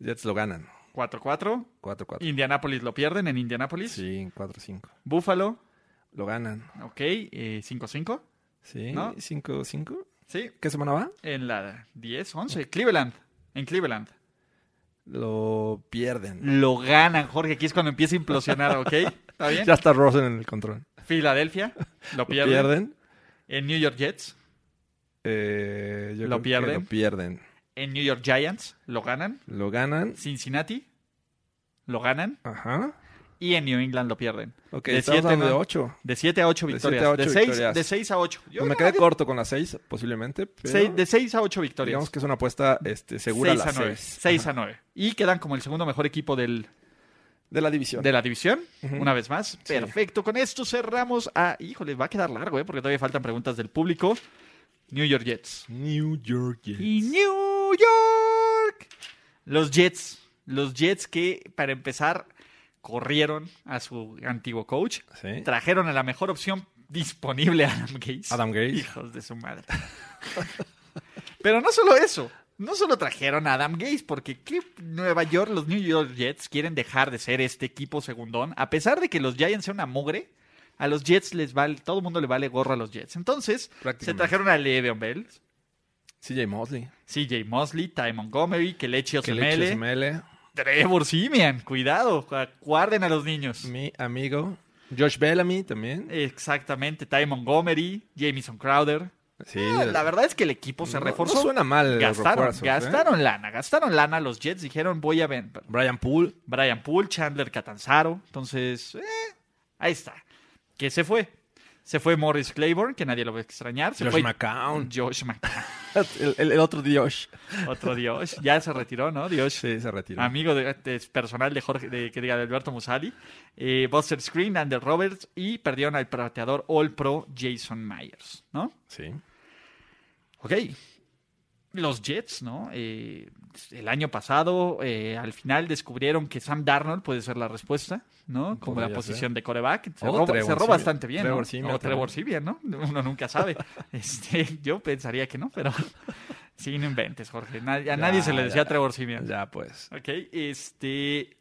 Speaker 2: Jets lo ganan.
Speaker 1: 4-4.
Speaker 2: 4-4.
Speaker 1: Indianapolis lo pierden en Indianapolis.
Speaker 2: Sí, 4-5.
Speaker 1: Buffalo,
Speaker 2: Lo ganan.
Speaker 1: ok, eh, 5-5.
Speaker 2: Sí,
Speaker 1: ¿No?
Speaker 2: 5-5.
Speaker 1: Sí,
Speaker 2: ¿Qué semana va?
Speaker 1: en la 10, 11. Cleveland, en Cleveland.
Speaker 2: Lo pierden.
Speaker 1: Lo ganan, Jorge. Aquí es cuando empieza a implosionar, ¿ok? ¿Está bien?
Speaker 2: Ya está Rosen en el control.
Speaker 1: Filadelfia, lo
Speaker 2: Lo
Speaker 1: pierden.
Speaker 2: pierden.
Speaker 1: En New York Jets,
Speaker 2: Eh, yo
Speaker 1: Lo
Speaker 2: creo
Speaker 1: pierden.
Speaker 2: que Lo pierden.
Speaker 1: en New York Giants, lo ganan.
Speaker 2: Lo ganan.
Speaker 1: Cincinnati, lo ganan.
Speaker 2: Ajá.
Speaker 1: Y en New England lo pierden.
Speaker 2: Ok,
Speaker 1: De
Speaker 2: estamos
Speaker 1: siete,
Speaker 2: hablando de
Speaker 1: ¿no?
Speaker 2: 8.
Speaker 1: De 7 a 8
Speaker 2: De
Speaker 1: victorias.
Speaker 2: siete a ocho
Speaker 1: De 6
Speaker 2: victorias. Pues
Speaker 1: de seis a 8. Yo
Speaker 2: me
Speaker 1: creo
Speaker 2: quedé
Speaker 1: que
Speaker 2: corto con la 6, posiblemente. Pero
Speaker 1: seis- de 6 a 8 victorias.
Speaker 2: digamos que es una apuesta este, segura
Speaker 1: Seis
Speaker 2: la
Speaker 1: a 9.
Speaker 2: 6.
Speaker 1: 6 a 9. Y quedan como el segundo mejor equipo del,
Speaker 2: De la división.
Speaker 1: de la división.
Speaker 2: Ujú.
Speaker 1: Una vez más. Perfecto. Con esto cerramos a. Híjole, va a quedar largo, ¿eh? Porque todavía faltan preguntas del público. New York Jets.
Speaker 2: New York
Speaker 1: Y New York. Los Jets. Los Jets que, para empezar, corrieron a su antiguo coach.
Speaker 2: Sí.
Speaker 1: Trajeron a la mejor opción disponible a Adam Gates.
Speaker 2: Adam Gates.
Speaker 1: Hijos de su madre. Pero no solo eso. No solo trajeron a Adam Gates, porque ¿qué Nueva York, los New York Jets quieren dejar de ser este equipo segundón. A pesar de que los Giants sean una mugre, a los Jets les vale, todo el mundo le vale gorro a los Jets. Entonces, se
Speaker 2: Prácticamente.
Speaker 1: trajeron a Le'Veon Bell,
Speaker 2: CJ Mosley.
Speaker 1: CJ Mosley, Ty Montgomery, Kelechi
Speaker 2: Que le eches
Speaker 1: Osemele,
Speaker 2: mele.
Speaker 1: Trevor Simian, cuidado, guarden a los niños.
Speaker 2: Mi amigo. Josh Bellamy también.
Speaker 1: Eh, Exactamente, Ty Montgomery, Jamison Crowder.
Speaker 2: Sí.
Speaker 1: Ah, la verdad es que el equipo se
Speaker 2: no-
Speaker 1: reforzó.
Speaker 2: no suena mal los
Speaker 1: Gastaron,
Speaker 2: refuerzos, ¿eh?
Speaker 1: gastaron lana, gastaron lana los Jets, dijeron voy a vender.
Speaker 2: Brian Poole.
Speaker 1: Brian Poole, Chandler Catanzaro. Entonces, eh, ahí está. Que se fue. Se fue Morris Claiborne, que nadie lo va a extrañar. Se
Speaker 2: Josh
Speaker 1: fue
Speaker 2: McCown.
Speaker 1: Josh McCown.
Speaker 2: El, el- el otro Josh.
Speaker 1: Otro Dios. Ya se retiró, ¿no? Dios.
Speaker 2: Sí, se retiró.
Speaker 1: Amigo de, de- personal de Jorge, de, que diga, de Alberto Musali. Eh, Buster Screen, Ander Roberts. Y perdieron al pateador All Pro Jason Myers, ¿no?
Speaker 2: Sí.
Speaker 1: Ok. Los Jets, ¿no? Eh, el año pasado, eh, al final descubrieron que Sam Darnold puede ser la respuesta, ¿no? Como la
Speaker 2: Podría
Speaker 1: posición de coreback. Se
Speaker 2: O
Speaker 1: roba,
Speaker 2: Trevor
Speaker 1: se roba
Speaker 2: Siemian.
Speaker 1: bastante bien.
Speaker 2: Trevor
Speaker 1: ¿no?
Speaker 2: Siemian
Speaker 1: o Trevor
Speaker 2: también.
Speaker 1: Siemian, ¿no? Uno nunca sabe. Este, yo pensaría que no, pero sí, no inventes, Jorge. Nadie- a
Speaker 2: Ya,
Speaker 1: nadie se le decía
Speaker 2: ya.
Speaker 1: Trevor Siemian.
Speaker 2: Ya, pues.
Speaker 1: Ok, este.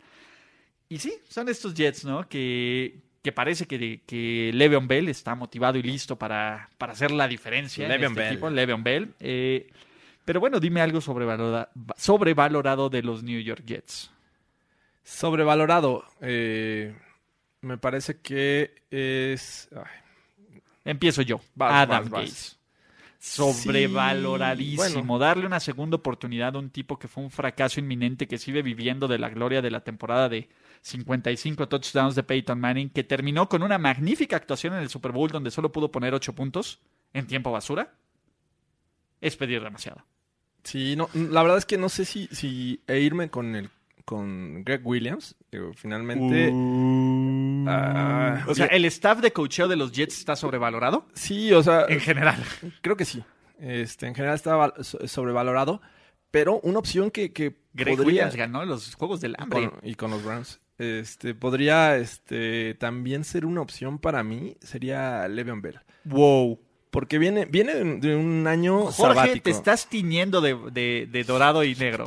Speaker 1: Y sí, son estos Jets, ¿no? Que, que parece que, que Le'Veon Bell está motivado y listo para, para hacer la diferencia.
Speaker 3: Le'Veon
Speaker 1: en este
Speaker 3: Bell.
Speaker 1: equipo, Le'Veon Bell. Eh, pero bueno, dime algo sobrevalora- sobrevalorado de los New York Jets.
Speaker 2: Sobrevalorado. eh, me parece que es. ay,
Speaker 1: Empiezo yo.
Speaker 2: Vas,
Speaker 1: Adam
Speaker 2: vas, vas.
Speaker 1: Gase. Sobrevaloradísimo.
Speaker 2: Sí, bueno.
Speaker 1: Darle una segunda oportunidad a un tipo que fue un fracaso inminente, que sigue viviendo de la gloria de la temporada de 55 touchdowns de Peyton Manning, que terminó con una magnífica actuación en el Super Bowl donde solo pudo poner 8 puntos en tiempo basura. Es pedir demasiado.
Speaker 2: sí, no, la verdad es que no sé si, si e irme con el con Greg Williams. Digo, finalmente. Este-
Speaker 4: Uh,
Speaker 2: ah,
Speaker 1: Uh. O sea, ¿el staff de coacheo de los Jets está sobrevalorado?
Speaker 2: sí, o sea.
Speaker 1: En general.
Speaker 2: Creo que sí. Este, en general está val- so- sobrevalorado. Pero una opción que, que
Speaker 1: Greg
Speaker 2: podría.
Speaker 1: Williams ganó los Juegos del Hambre.
Speaker 2: con- y con los Browns. Este, podría este, también ser una opción para mí. Sería Le'Veon Bell.
Speaker 1: Wow.
Speaker 2: Porque viene, viene de un- de un año
Speaker 1: Jorge,
Speaker 2: sabático.
Speaker 1: te estás tiñendo de, de- de dorado y negro.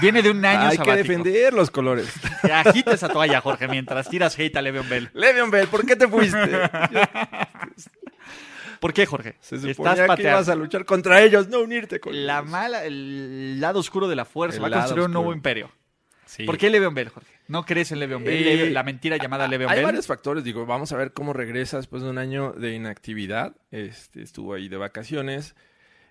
Speaker 1: Viene de un año
Speaker 2: Ah, Hay
Speaker 1: sabático.
Speaker 2: que defender los colores.
Speaker 1: Agita esa toalla, Jorge, mientras tiras hate a Le'Veon Bell.
Speaker 2: Le'Veon Bell, ¿por qué te fuiste?
Speaker 1: ¿Por qué, Jorge?
Speaker 2: Se suponía que
Speaker 1: pateando.
Speaker 2: ibas a luchar contra ellos, no unirte con
Speaker 1: La
Speaker 2: ellos.
Speaker 1: mala, el lado oscuro de la fuerza
Speaker 2: El
Speaker 1: va a
Speaker 2: lado
Speaker 1: construir un nuevo
Speaker 2: oscuro.
Speaker 1: imperio.
Speaker 2: Sí.
Speaker 1: ¿Por qué Le'Veon Bell, Jorge? ¿No crees en Le'Veon Bell?
Speaker 2: Eh,
Speaker 1: Le'Veon- la mentira llamada Le'Veon
Speaker 2: Hay
Speaker 1: Bell.
Speaker 2: varios factores, digo, vamos a ver cómo regresa después de un año de inactividad. Este, estuvo ahí de vacaciones.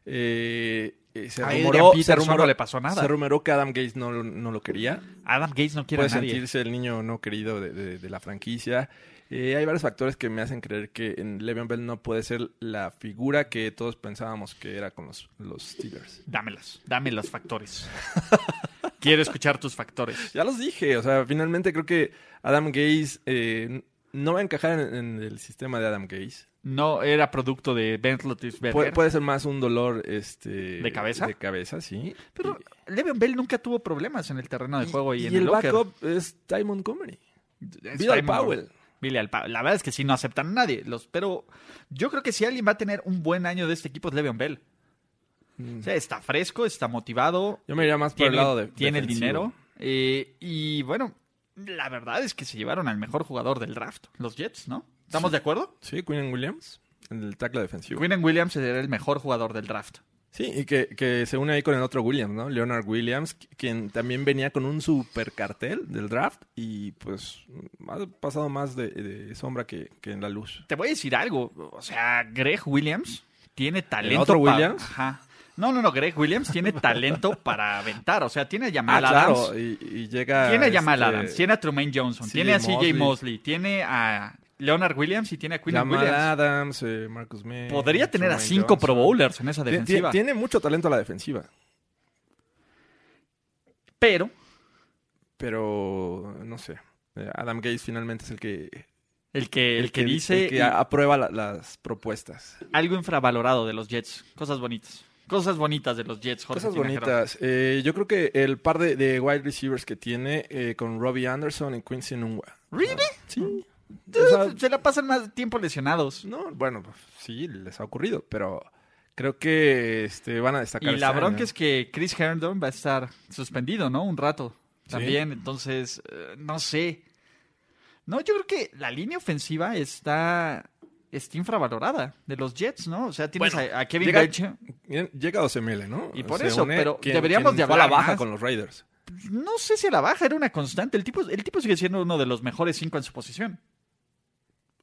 Speaker 2: Eh, eh, se,
Speaker 1: A Adrian
Speaker 2: rumoró, se,
Speaker 1: Peterson
Speaker 2: rumoró,
Speaker 1: no le pasó nada.
Speaker 2: se rumoró que Adam Gates no, lo- no lo quería.
Speaker 1: Adam Gates no quiere
Speaker 2: Puede
Speaker 1: a nadie.
Speaker 2: sentirse el niño no querido de, de- de la franquicia. Eh, hay varios factores que me hacen creer que en Le'Veon Bell no puede ser la figura que todos pensábamos que era con los, los Steelers.
Speaker 1: Dámelas, dame los factores. Quiero escuchar tus factores.
Speaker 2: Ya los dije, o sea, finalmente creo que Adam Gates eh, no va a encajar en, en el sistema de Adam Gates.
Speaker 1: No era producto de Ben Roethlisberger.
Speaker 2: Puede, puede ser más un dolor este,
Speaker 1: ¿De cabeza?
Speaker 2: De cabeza, sí.
Speaker 1: Pero Le'Veon Bell nunca tuvo problemas en el terreno de juego y,
Speaker 2: y
Speaker 1: en
Speaker 2: el,
Speaker 1: el, locker.
Speaker 2: backup es Ty Montgomery.
Speaker 1: Es
Speaker 2: Vidal
Speaker 1: Simon
Speaker 2: Powell.
Speaker 1: Billy al Powell. La verdad es que sí no aceptan a nadie. Los, pero yo creo que si alguien va a tener un buen año de este equipo es Le'Veon Bell.
Speaker 2: Mm.
Speaker 1: O sea, está fresco, está motivado,
Speaker 2: Yo me iría más por
Speaker 1: tiene,
Speaker 2: el lado de.
Speaker 1: tiene el
Speaker 2: defensivo.
Speaker 1: dinero. eh, y bueno, la verdad es que se llevaron al mejor jugador del draft, los Jets, ¿no? ¿Estamos de acuerdo?
Speaker 2: Sí, Quinn Williams, el tackle defensivo.
Speaker 1: Quinn Williams era el mejor jugador del draft.
Speaker 2: Sí, y que, que se une ahí con el otro Williams, ¿no? Leonard Williams, qu- quien también venía con un super cartel del draft y pues ha pasado más de, de sombra que, que en la luz.
Speaker 1: Te voy a decir algo. O sea, Greg Williams tiene talento.
Speaker 2: otro
Speaker 1: pa-
Speaker 2: Williams?
Speaker 1: Ajá. No, no, no. Greg Williams tiene talento para aventar. O sea, tiene a
Speaker 2: Ah,
Speaker 1: Jamal Adams.
Speaker 2: claro, y, y llega...
Speaker 1: Tiene a Jamal
Speaker 2: este,
Speaker 1: Adams, tiene a Trumaine Johnson,
Speaker 2: CJ
Speaker 1: tiene a CJ
Speaker 2: Mosley.
Speaker 1: Mosley, tiene a Leonard Williams y tiene a Quinn
Speaker 2: Jamal
Speaker 1: Williams.
Speaker 2: Adams, eh, Marcus May.
Speaker 1: Podría tener a
Speaker 2: Truman
Speaker 1: cinco Pro
Speaker 2: Johnson.
Speaker 1: Bowlers en esa
Speaker 2: Ti- ti-
Speaker 1: defensiva.
Speaker 2: Tiene mucho talento a la defensiva,
Speaker 1: Pero
Speaker 2: pero no sé. Eh, Adam Gates finalmente es el que...
Speaker 1: el que, el que
Speaker 2: el
Speaker 1: dice
Speaker 2: que ah,
Speaker 1: y-
Speaker 2: a- aprueba la- las propuestas.
Speaker 1: algo infravalorado de los Jets. Cosas bonitas. Cosas bonitas de los Jets, Jorge.
Speaker 2: Cosas
Speaker 1: Tinajero.
Speaker 2: bonitas. Eh, yo creo que el par de, de wide receivers que tiene eh, con Robbie Anderson y Quincy Nungua.
Speaker 1: ¿Really? Mm.
Speaker 2: Sí. O sea,
Speaker 1: Se la pasan más tiempo lesionados.
Speaker 2: no, bueno, pues, sí, les ha ocurrido, pero creo que este, van a
Speaker 1: Y
Speaker 2: destacar.
Speaker 1: la
Speaker 2: este
Speaker 1: bronca
Speaker 2: año.
Speaker 1: es que Chris Herndon va a estar suspendido, ¿no? Un rato también. Entonces, eh, no sé. No, yo creo que la línea ofensiva está, está infravalorada de los Jets, ¿no? O sea, tienes
Speaker 3: Bueno,
Speaker 1: a, a Kevin
Speaker 2: llega-
Speaker 1: Belch.
Speaker 2: Bien, Llega a 12.000, ¿no?
Speaker 1: Y por
Speaker 2: Se
Speaker 1: eso,
Speaker 2: une
Speaker 1: pero
Speaker 2: quien-
Speaker 1: deberíamos
Speaker 2: quien
Speaker 1: de
Speaker 2: fue a la
Speaker 1: hablar
Speaker 2: baja
Speaker 1: más.
Speaker 2: con los Raiders.
Speaker 1: No sé si a la baja era una constante. El tipo, el tipo sigue siendo uno de los mejores cinco en su posición.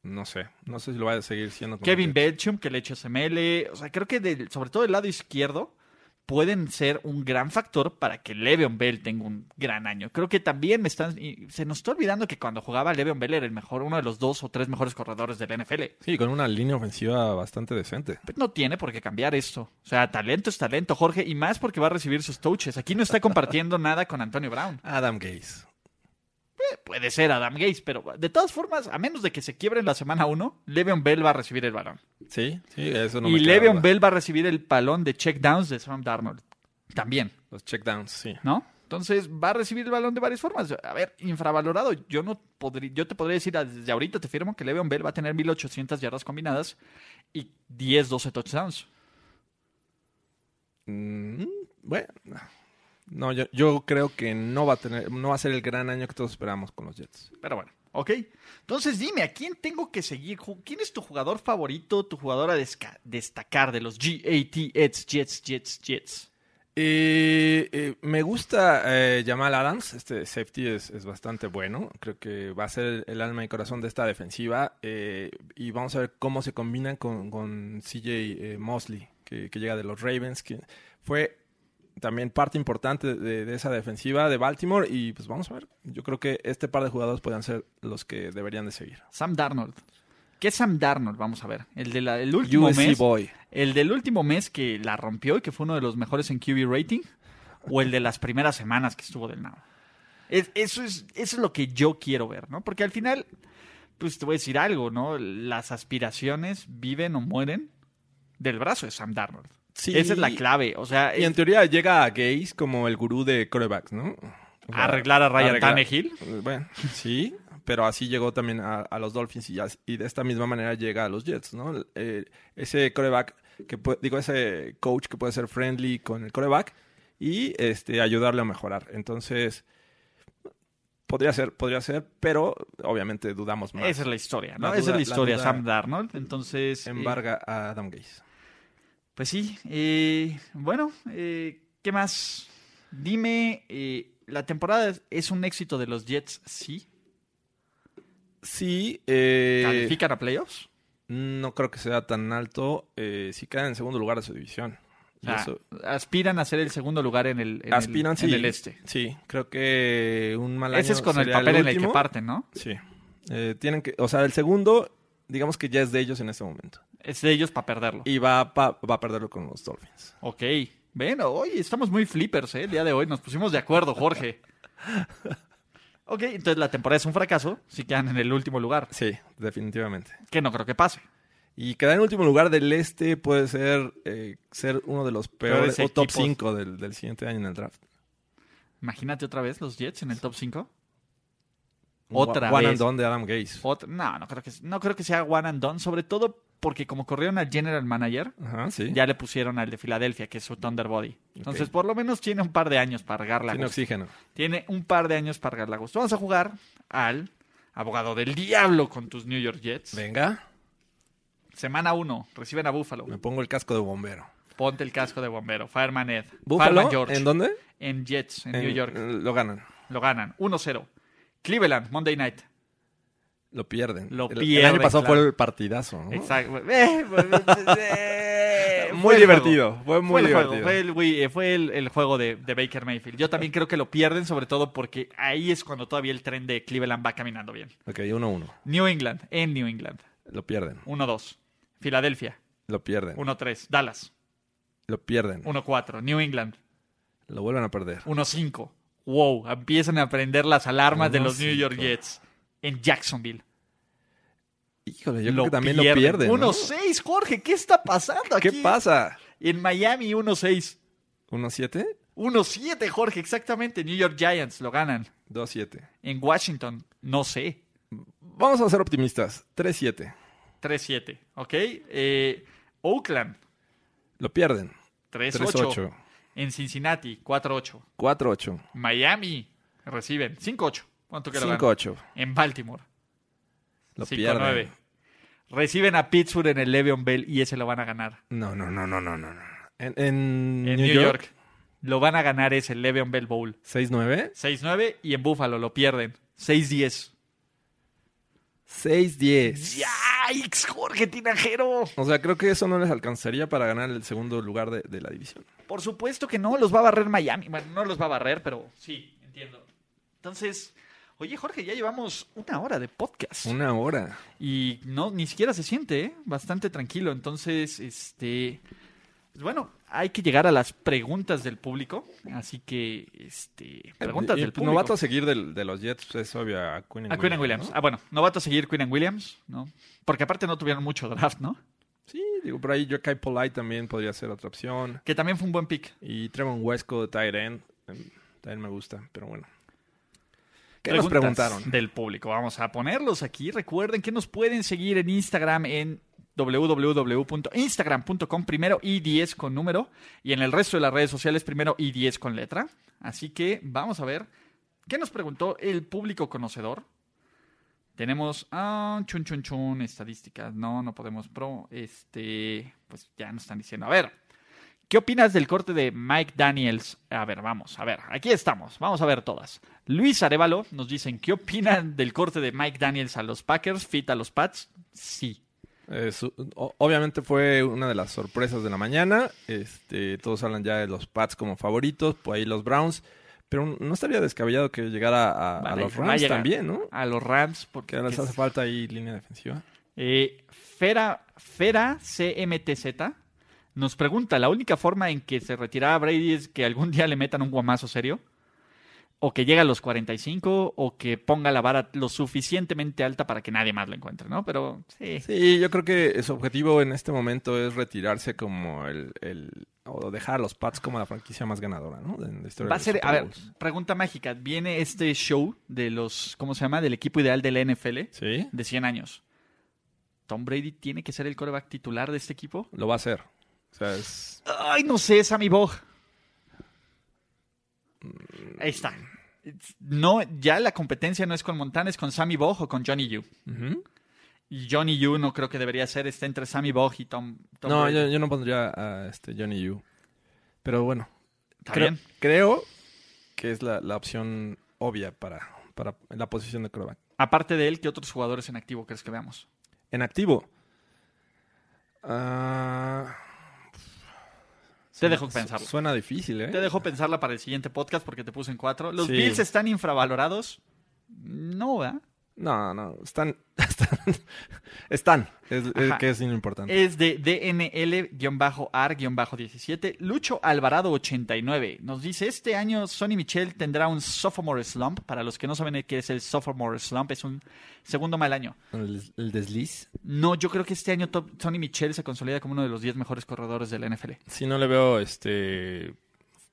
Speaker 2: No sé, no sé si lo va a seguir siendo. con
Speaker 1: Kevin
Speaker 2: los Jets.
Speaker 1: Belchum, que le echa SML. O sea, creo que del- sobre todo del lado izquierdo pueden ser un gran factor para que Le'Veon Bell tenga un gran año. Creo que también me están... y se nos está olvidando que cuando jugaba Le'Veon Bell era el mejor, uno de los dos o tres mejores corredores del NFL.
Speaker 2: Sí, con una línea ofensiva bastante decente.
Speaker 1: Pero no tiene por qué cambiar esto. O sea, talento es talento, Jorge, y más porque va a recibir sus touches. Aquí no está compartiendo nada con Antonio Brown.
Speaker 2: Adam Gaze.
Speaker 1: puede ser Adam Gates, pero de todas formas, a menos de que se quiebre en la semana 1, Le'Veon Bell va a recibir el balón.
Speaker 2: Sí, sí, eso no
Speaker 1: y
Speaker 2: me queda
Speaker 1: Le'Veon
Speaker 2: duda.
Speaker 1: Bell va a recibir el balón de checkdowns de Sam Darnold. También,
Speaker 2: Los checkdowns, sí.
Speaker 1: ¿no? Entonces va a recibir el balón de varias formas. A ver, infravalorado. Yo no podría, yo te podría decir ah, desde ahorita te firmo que Le'Veon Bell va a tener 1800 yardas combinadas y 10, 12 touchdowns.
Speaker 2: Mm, bueno, no, yo, yo creo que no va a tener, no va a ser el gran año que todos esperamos con los Jets.
Speaker 1: Pero bueno, ok. Entonces dime, ¿a quién tengo que seguir? Ju- ¿Quién es tu jugador favorito, tu jugador a desca- destacar de los GAT Jets, Jets, Jets, Jets?
Speaker 2: Eh, eh, me gusta eh, Jamal Adams, este safety es, es bastante bueno, creo que va a ser el, el alma y corazón de esta defensiva eh, y vamos a ver cómo se combinan con, con CJ eh, Mosley, que, que llega de los Ravens, que fue también parte importante de, de esa defensiva de Baltimore y pues vamos a ver, yo creo que este par de jugadores podrían ser los que deberían de seguir.
Speaker 1: Sam Darnold. ¿Qué es Sam Darnold? Vamos a ver. El del el último
Speaker 2: USC
Speaker 1: mes.
Speaker 2: Boy.
Speaker 1: El del último mes que la rompió y que fue uno de los mejores en QB rating. O el de las primeras semanas que estuvo del nada. Es- eso, es, eso es lo que yo quiero ver, ¿no? Porque al final, pues te voy a decir algo, ¿no? Las aspiraciones viven o mueren del brazo de Sam Darnold.
Speaker 2: Sí.
Speaker 1: Esa es la clave. O sea,
Speaker 2: Y en
Speaker 1: es
Speaker 2: teoría llega a Gaze como el gurú de corebacks, ¿no? O sea,
Speaker 1: arreglar a Ryan
Speaker 2: arreglar-
Speaker 1: Tannehill.
Speaker 2: Eh, Bueno, sí, pero así llegó también a, a los Dolphins y, as- y de esta misma manera llega a los Jets, ¿no? Eh, ese coreback, que pue- digo, ese coach que puede ser friendly con el coreback y este, ayudarle a mejorar. Entonces, podría ser, podría ser, pero obviamente dudamos más.
Speaker 1: Esa es la historia, ¿no?
Speaker 2: La
Speaker 1: Esa es
Speaker 2: duda-
Speaker 1: la
Speaker 2: la
Speaker 1: historia,
Speaker 2: duda
Speaker 1: Sam Darnold. Entonces. eh,
Speaker 2: Embarga a Adam Gaze.
Speaker 1: Pues sí, eh, bueno, eh, ¿qué más? Dime, eh, ¿la temporada es- es un éxito de los Jets? Sí.
Speaker 2: Sí, eh,
Speaker 1: ¿Califican a playoffs?
Speaker 2: No creo que sea tan alto eh, si quedan en segundo lugar de su división. Y
Speaker 1: O sea,
Speaker 2: eso-
Speaker 1: aspiran a ser el segundo lugar en el, en el-
Speaker 2: aspiran,
Speaker 1: en
Speaker 2: sí.
Speaker 1: el este.
Speaker 2: Sí, creo que un mal año
Speaker 1: Ese es con el
Speaker 2: sería
Speaker 1: papel en el que
Speaker 2: último.
Speaker 1: parten, ¿no?
Speaker 2: Sí. Eh, tienen que, o sea, el segundo, digamos que ya es de ellos en este momento.
Speaker 1: Es de ellos para perderlo.
Speaker 2: Y va, pa- va a perderlo con los Dolphins.
Speaker 1: Ok. Bueno, hoy estamos muy flippers, ¿eh? El día de hoy nos pusimos de acuerdo, Jorge. Ok, entonces la temporada es un fracaso si quedan en el último lugar,
Speaker 2: Sí, definitivamente.
Speaker 1: que no creo que pase.
Speaker 2: Y quedar en último lugar del este puede ser eh, ser uno de los peores,
Speaker 1: Peores
Speaker 2: o top
Speaker 1: equipos.
Speaker 2: 5 del, del siguiente año en el draft.
Speaker 1: Imagínate otra vez los Jets en el top 5.
Speaker 2: Un
Speaker 1: Otra
Speaker 2: one- One
Speaker 1: vez.
Speaker 2: and done de Adam Gaze.
Speaker 1: Ot- no, no creo, que, no creo que sea one and done, sobre todo porque como corrieron al general manager,
Speaker 2: Ajá, sí.
Speaker 1: ya le pusieron al de Filadelfia, que es su Thunderbody. Entonces,
Speaker 2: Ok.
Speaker 1: por lo menos tiene un par de años para regarla. a
Speaker 2: Sin
Speaker 1: gusto.
Speaker 2: oxígeno.
Speaker 1: Tiene un par de años para regarla. a gusto. Vamos a jugar al abogado del diablo con tus New York Jets.
Speaker 2: Venga,
Speaker 1: Semana 1, reciben a Buffalo.
Speaker 2: me pongo el casco de bombero.
Speaker 1: Ponte el casco de bombero. Fireman Ed.
Speaker 2: ¿Búfalo?
Speaker 1: Fireman George.
Speaker 2: ¿En
Speaker 1: En,
Speaker 2: dónde?
Speaker 1: Jets, en,
Speaker 2: En-
Speaker 1: New York.
Speaker 2: eh, Lo ganan.
Speaker 1: Lo ganan. 1-0. Cleveland, Monday Night.
Speaker 2: Lo pierden.
Speaker 1: Lo
Speaker 2: el, El
Speaker 1: pierden,
Speaker 2: año pasado
Speaker 1: claro.
Speaker 2: fue el partidazo, ¿no?
Speaker 1: Exacto. Eh, eh,
Speaker 2: Oh. Muy
Speaker 1: fue el
Speaker 2: divertido,
Speaker 1: juego.
Speaker 2: fue muy
Speaker 1: el juego,
Speaker 2: divertido.
Speaker 1: fue el, güey, eh, fue el- el juego de, de Baker Mayfield. Yo también creo que lo pierden, sobre todo porque ahí es cuando todavía el tren de Cleveland va caminando bien.
Speaker 2: Ok, 1-1.
Speaker 1: New England, en New England,
Speaker 2: Lo pierden.
Speaker 1: 1-2. Filadelfia,
Speaker 2: Lo pierden.
Speaker 1: 1-3. Dallas,
Speaker 2: Lo pierden.
Speaker 1: 1-4. New England,
Speaker 2: Lo vuelven a perder.
Speaker 1: 1-5. Wow, empiezan a prender las alarmas de los New
Speaker 2: 1-5.
Speaker 1: York Jets en Jacksonville.
Speaker 2: Híjole, yo creo que también lo pierden. ¿no?
Speaker 1: 1-6, Jorge, ¿qué está pasando aquí?
Speaker 2: ¿Qué pasa?
Speaker 1: En Miami, 1-6.
Speaker 2: 1-7,
Speaker 1: 1-7, Jorge, exactamente. New York Giants lo ganan.
Speaker 2: 2-7.
Speaker 1: En Washington, no sé.
Speaker 2: Vamos a ser optimistas. 3-7.
Speaker 1: 3-7, ¿ok? Eh, Oakland,
Speaker 2: Lo pierden.
Speaker 1: 3-8.
Speaker 2: 3-8.
Speaker 1: En Cincinnati, 4-8.
Speaker 2: 4-8.
Speaker 1: Miami, reciben 5-8. ¿Cuánto que lo ganan?
Speaker 2: 5-8.
Speaker 1: En Baltimore,
Speaker 2: Lo pierden.
Speaker 1: 5-9. Reciben a Pittsburgh en el Le'Veon Bell y ese lo van a ganar.
Speaker 2: No, no, no, no, no, no. no. En, en
Speaker 1: En New, York. lo van a ganar ese Le'Veon Bell Bowl.
Speaker 2: 6-9.
Speaker 1: 6-9 y en Buffalo lo pierden. 6-10.
Speaker 2: 6-10.
Speaker 1: ¡Yikes, Jorge Tinajero!
Speaker 2: O sea, creo que eso no les alcanzaría para ganar el segundo lugar de, de la división.
Speaker 1: Por supuesto que no, los va a barrer Miami. Bueno, no los va a barrer, pero sí, entiendo. Entonces, oye Jorge, ya llevamos una hora de podcast.
Speaker 2: Una hora.
Speaker 1: Y no, ni siquiera se siente, ¿eh? Bastante tranquilo. Entonces, este... pues bueno, hay que llegar a las preguntas del público. Así que, este, preguntas
Speaker 2: Y- y
Speaker 1: del público.
Speaker 2: Novato a seguir del- de los Jets es obvio a Quinn and
Speaker 1: A Quinn and Williams.
Speaker 2: ¿no?
Speaker 1: Ah, bueno, novato a seguir Quinn and Williams, ¿no? Porque aparte no tuvieron mucho draft, ¿no?
Speaker 2: Sí, digo, por ahí Jokai Polite también podría ser otra opción.
Speaker 1: Que también fue un buen pick.
Speaker 2: Y Trevon Huesco de tight end, em, También me gusta, pero bueno. ¿Qué nos
Speaker 1: Preguntas
Speaker 2: preguntaron?
Speaker 1: Del público. Vamos a ponerlos aquí. Recuerden que nos pueden seguir en Instagram en www.instagram.com primero y 10 con número y en el resto de las redes sociales primero y 10 con letra. Así que vamos a ver qué nos preguntó el público conocedor. Tenemos ah, chun chun chun estadísticas. No, no podemos pro. Este, pues ya nos están diciendo. A ver, ¿Qué opinas del corte de Mike Daniels? A ver, vamos, a ver, aquí estamos, vamos a ver todas. Luis Arevalo nos dicen, ¿qué opinan del corte de Mike Daniels a los Packers, fit a los Pats? Sí.
Speaker 2: Eh, su- o- obviamente fue una de las sorpresas de la mañana. Este, todos hablan ya de los Pats como favoritos, por ahí los Browns. Pero no estaría descabellado que llegara a, a
Speaker 1: Van a-
Speaker 2: los
Speaker 1: va a
Speaker 2: Rams
Speaker 1: llegar.
Speaker 2: también, ¿no?
Speaker 1: A los Rams, porque...
Speaker 2: Que les
Speaker 1: que-
Speaker 2: hace falta ahí línea defensiva.
Speaker 1: Eh, Fera, Fera CMTZ nos pregunta, ¿la única forma en que se retiraba Brady es que algún día le metan un guamazo serio? ¿O que llegue a los 45? ¿O que ponga la vara lo suficientemente alta para que nadie más lo encuentre, no? Pero sí.
Speaker 2: Sí, yo creo que su objetivo en este momento es retirarse como el, el- o dejar a los Pats como la franquicia más ganadora, ¿no? En la historia
Speaker 1: Va a
Speaker 2: de los
Speaker 1: ser,
Speaker 2: Super
Speaker 1: a ver,
Speaker 2: Bowls.
Speaker 1: pregunta mágica. Viene este show de los, ¿cómo se llama? Del equipo ideal de la NFL
Speaker 2: Sí,
Speaker 1: de 100 años. ¿Tom Brady tiene que ser el coreback titular de este equipo?
Speaker 2: lo va a hacer. O sea, es-
Speaker 1: Ay, no sé, Sammy Bog.
Speaker 2: Mm.
Speaker 1: Ahí está. It's- No, ya la competencia no es con Montana, es con Sammy Bog o con Johnny Yu.
Speaker 2: Ujú.
Speaker 1: Y Johnny Yu no creo que debería ser, está entre Sammy Bog y Tom, Tom
Speaker 2: No,
Speaker 1: Brady.
Speaker 2: yo, yo no pondría a este Johnny Yu. Pero bueno,
Speaker 1: Está
Speaker 2: creo,
Speaker 1: bien.
Speaker 2: creo que es la, la opción obvia para, para la posición de coreback.
Speaker 1: Aparte de él, ¿qué otros jugadores en activo crees que veamos?
Speaker 2: En activo. Ah,
Speaker 1: Te dejo
Speaker 2: su-
Speaker 1: pensarlo.
Speaker 2: Suena difícil, ¿eh?
Speaker 1: Te dejo pensarla para el siguiente podcast porque te puse en cuatro. ¿Los
Speaker 2: Sí.
Speaker 1: Bills están infravalorados? No, ¿verdad?
Speaker 2: No, no, están. Están. están es, es
Speaker 1: Ajá. Eh.
Speaker 2: que es importante.
Speaker 1: Es de DNL-AR-17. Lucho Alvarado 89 nos dice, este año Sonny Michel tendrá un sophomore slump. Para los que no saben qué es el sophomore slump, es un segundo mal año.
Speaker 2: El, el desliz.
Speaker 1: No, yo creo que este año Top- Sonny Michel se consolida como uno de los 10 mejores corredores de la NFL.
Speaker 2: Sí, no le veo este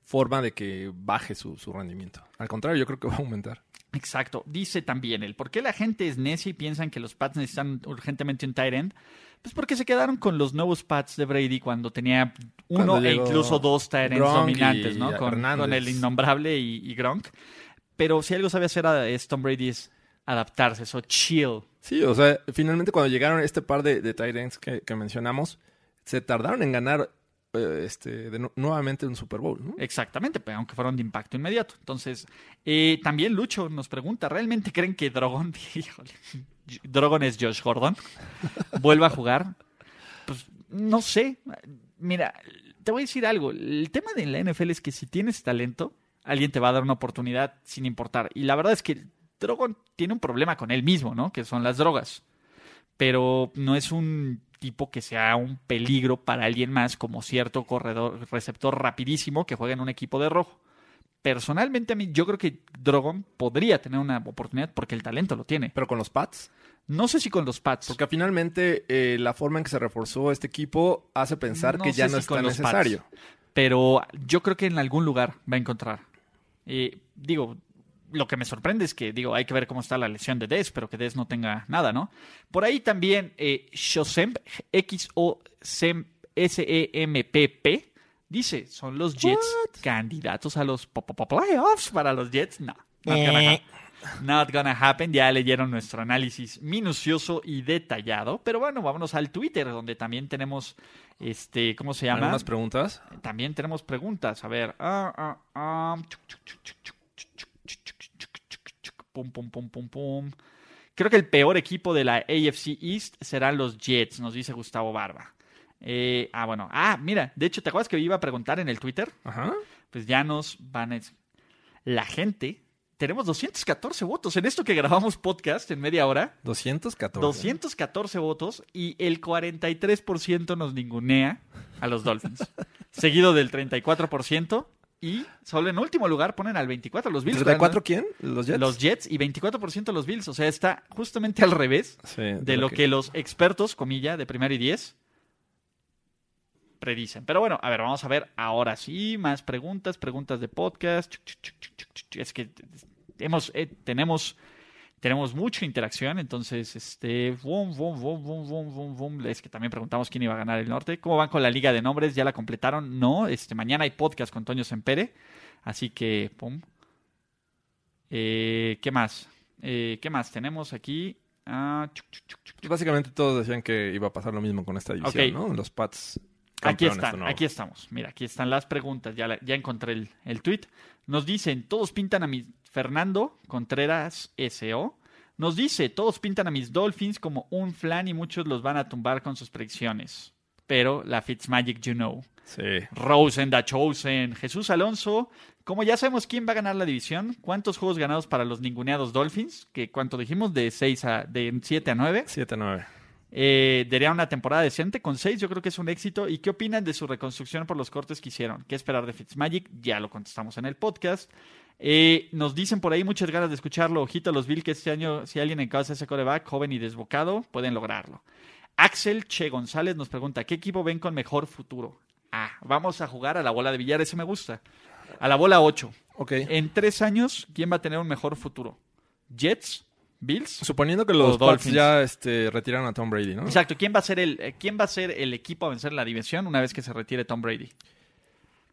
Speaker 2: forma de que baje su, su rendimiento. Al contrario, yo creo que va a aumentar.
Speaker 1: Exacto. Dice también el por qué la gente es necia y piensan que los Pats necesitan urgentemente un tight end. Pues porque se quedaron con los nuevos Pats de Brady cuando tenía uno
Speaker 2: Cuando
Speaker 1: e
Speaker 2: llegó
Speaker 1: incluso dos tight ends
Speaker 2: Gronk
Speaker 1: dominantes,
Speaker 2: y
Speaker 1: ¿no? Con,
Speaker 2: Hernández.
Speaker 1: con el innombrable y, y Gronk. Pero si algo sabe hacer a, es Tom Brady es adaptarse, eso chill.
Speaker 2: Sí, o sea, finalmente cuando llegaron este par de, de tight ends que, que mencionamos, se tardaron en ganar eh, este de nu- nuevamente un Super Bowl,
Speaker 1: Eh.
Speaker 2: ¿no?
Speaker 1: Exactamente, pero aunque fueron de impacto inmediato. Entonces, eh, también Lucho nos pregunta, ¿realmente creen que Drogon, híjole, Drogon es Josh Gordon, vuelva a jugar? Pues no sé. Mira, te voy a decir algo. El tema de la NFL es que si tienes talento, alguien te va a dar una oportunidad sin importar. Y la verdad es que Drogon tiene un problema con él mismo, ¿no? Que son las drogas. Pero no es un tipo que sea un peligro para alguien más como cierto corredor, receptor rapidísimo que juega en un equipo de rojo. Personalmente a mí yo creo que Drogon podría tener una oportunidad porque el talento lo tiene.
Speaker 2: Pero con los Pats.
Speaker 1: No sé si con los Pats.
Speaker 2: Porque finalmente eh, la forma en que se reforzó este equipo hace pensar
Speaker 1: No
Speaker 2: que ya
Speaker 1: sé
Speaker 2: no
Speaker 1: si
Speaker 2: es
Speaker 1: con
Speaker 2: tan
Speaker 1: los Pats.
Speaker 2: necesario.
Speaker 1: pero yo creo que en algún lugar va a encontrar. Eh, digo, lo que me sorprende es que, digo, hay que ver cómo está la lesión de Des, pero que Des no tenga nada, ¿no? Por ahí también, eh, Shosemp, x o s e m p p dice, ¿son los Jets candidatos a los po- po- po- playoffs para los Jets? No. Not gonna happen. Not gonna happen. Ya leyeron nuestro análisis minucioso y detallado. Pero bueno, vámonos al Twitter, donde también tenemos, este, ¿cómo se llama?
Speaker 2: Algunas preguntas.
Speaker 1: También tenemos preguntas. A ver. ah, ah, ah, chuc, chuc, chuc, chuc, chuc, chuc, chuc, chuc, chuc, chuc, chuc, chuc, Pum, pum, pum, pum, pum. Creo que el peor equipo de la AFC East serán los Jets, nos dice Gustavo Barba. Eh, ah, bueno. Ah, mira. De hecho, ¿te Pues acuerdas que iba a preguntar en el Twitter?
Speaker 2: Ajá.
Speaker 1: Pues ya nos van a... La gente Tenemos 214 votos. En esto que grabamos podcast en media hora,
Speaker 2: 214.
Speaker 1: 214 votos y el 43% nos ningunea a los Dolphins. seguido del 34% y solo en último lugar ponen al 24 los Bills.
Speaker 2: ¿34 quién? ¿Los Jets?
Speaker 1: Los Jets y 24% los Bills. O sea, está justamente al revés
Speaker 2: Sí,
Speaker 1: de lo que los expertos, comilla, de primera y 10 predicen. Pero bueno, a ver, vamos a ver ahora sí más preguntas, preguntas de podcast. Chuc, chuc, chuc, chuc, chuc, chuc. Es que hemos, eh, tenemos, tenemos mucha interacción, entonces, este, boom, boom, boom, boom, boom, boom, boom. Es que también preguntamos quién iba a ganar el norte. ¿Cómo van con la liga de nombres? ¿Ya la completaron? No, este, mañana hay podcast con Toño Sempere, así que, pum. Eh, ¿Qué más? Eh, ¿Qué más tenemos aquí? Ah, chuc, chuc, chuc, chuc,
Speaker 2: Pues Básicamente todos decían que iba a pasar lo mismo con esta división,
Speaker 1: Ok.
Speaker 2: ¿no? Los Pats.
Speaker 1: Aquí
Speaker 2: campeones de
Speaker 1: están,
Speaker 2: nuevo.
Speaker 1: aquí estamos. Mira, aquí están las preguntas. Ya, la- ya encontré el, el tweet. Nos dicen, todos pintan a mis Fernando Contreras SO. Nos dice, todos pintan a mis Dolphins como un flan y muchos los van a tumbar con sus predicciones. Pero la Fitzmagic, you know.
Speaker 2: Sí.
Speaker 1: Rosen, Da Chosen, Jesús Alonso. Como ya sabemos quién va a ganar la división, ¿cuántos juegos ganados para los ninguneados Dolphins? Que cuánto dijimos, de 6 a, de 7 a 9.
Speaker 2: 7-9.
Speaker 1: Eh, daría una temporada decente con 6, yo creo que es un éxito. ¿Y qué opinan de su reconstrucción por los cortes que hicieron? ¿Qué esperar de Fitzmagic? Ya lo contestamos en el podcast. Eh, nos dicen por ahí muchas ganas de escucharlo. Ojito a los Bill que este año, si alguien encauza ese coreback joven y desbocado, pueden lograrlo. Axel Che González nos pregunta: ¿Qué equipo ven con mejor futuro? Ah, vamos a jugar a la bola de billar, ese me gusta. A la bola 8.
Speaker 2: Ok.
Speaker 1: En tres años, ¿quién va a tener un mejor futuro? ¿Jets? ¿Bills?
Speaker 2: Suponiendo que los
Speaker 1: O
Speaker 2: Pats
Speaker 1: Dolphins.
Speaker 2: ya este, retiraron a Tom Brady, ¿no?
Speaker 1: Exacto, ¿quién va a ser el eh, quién va a ser el equipo a vencer la división una vez que se retire Tom Brady?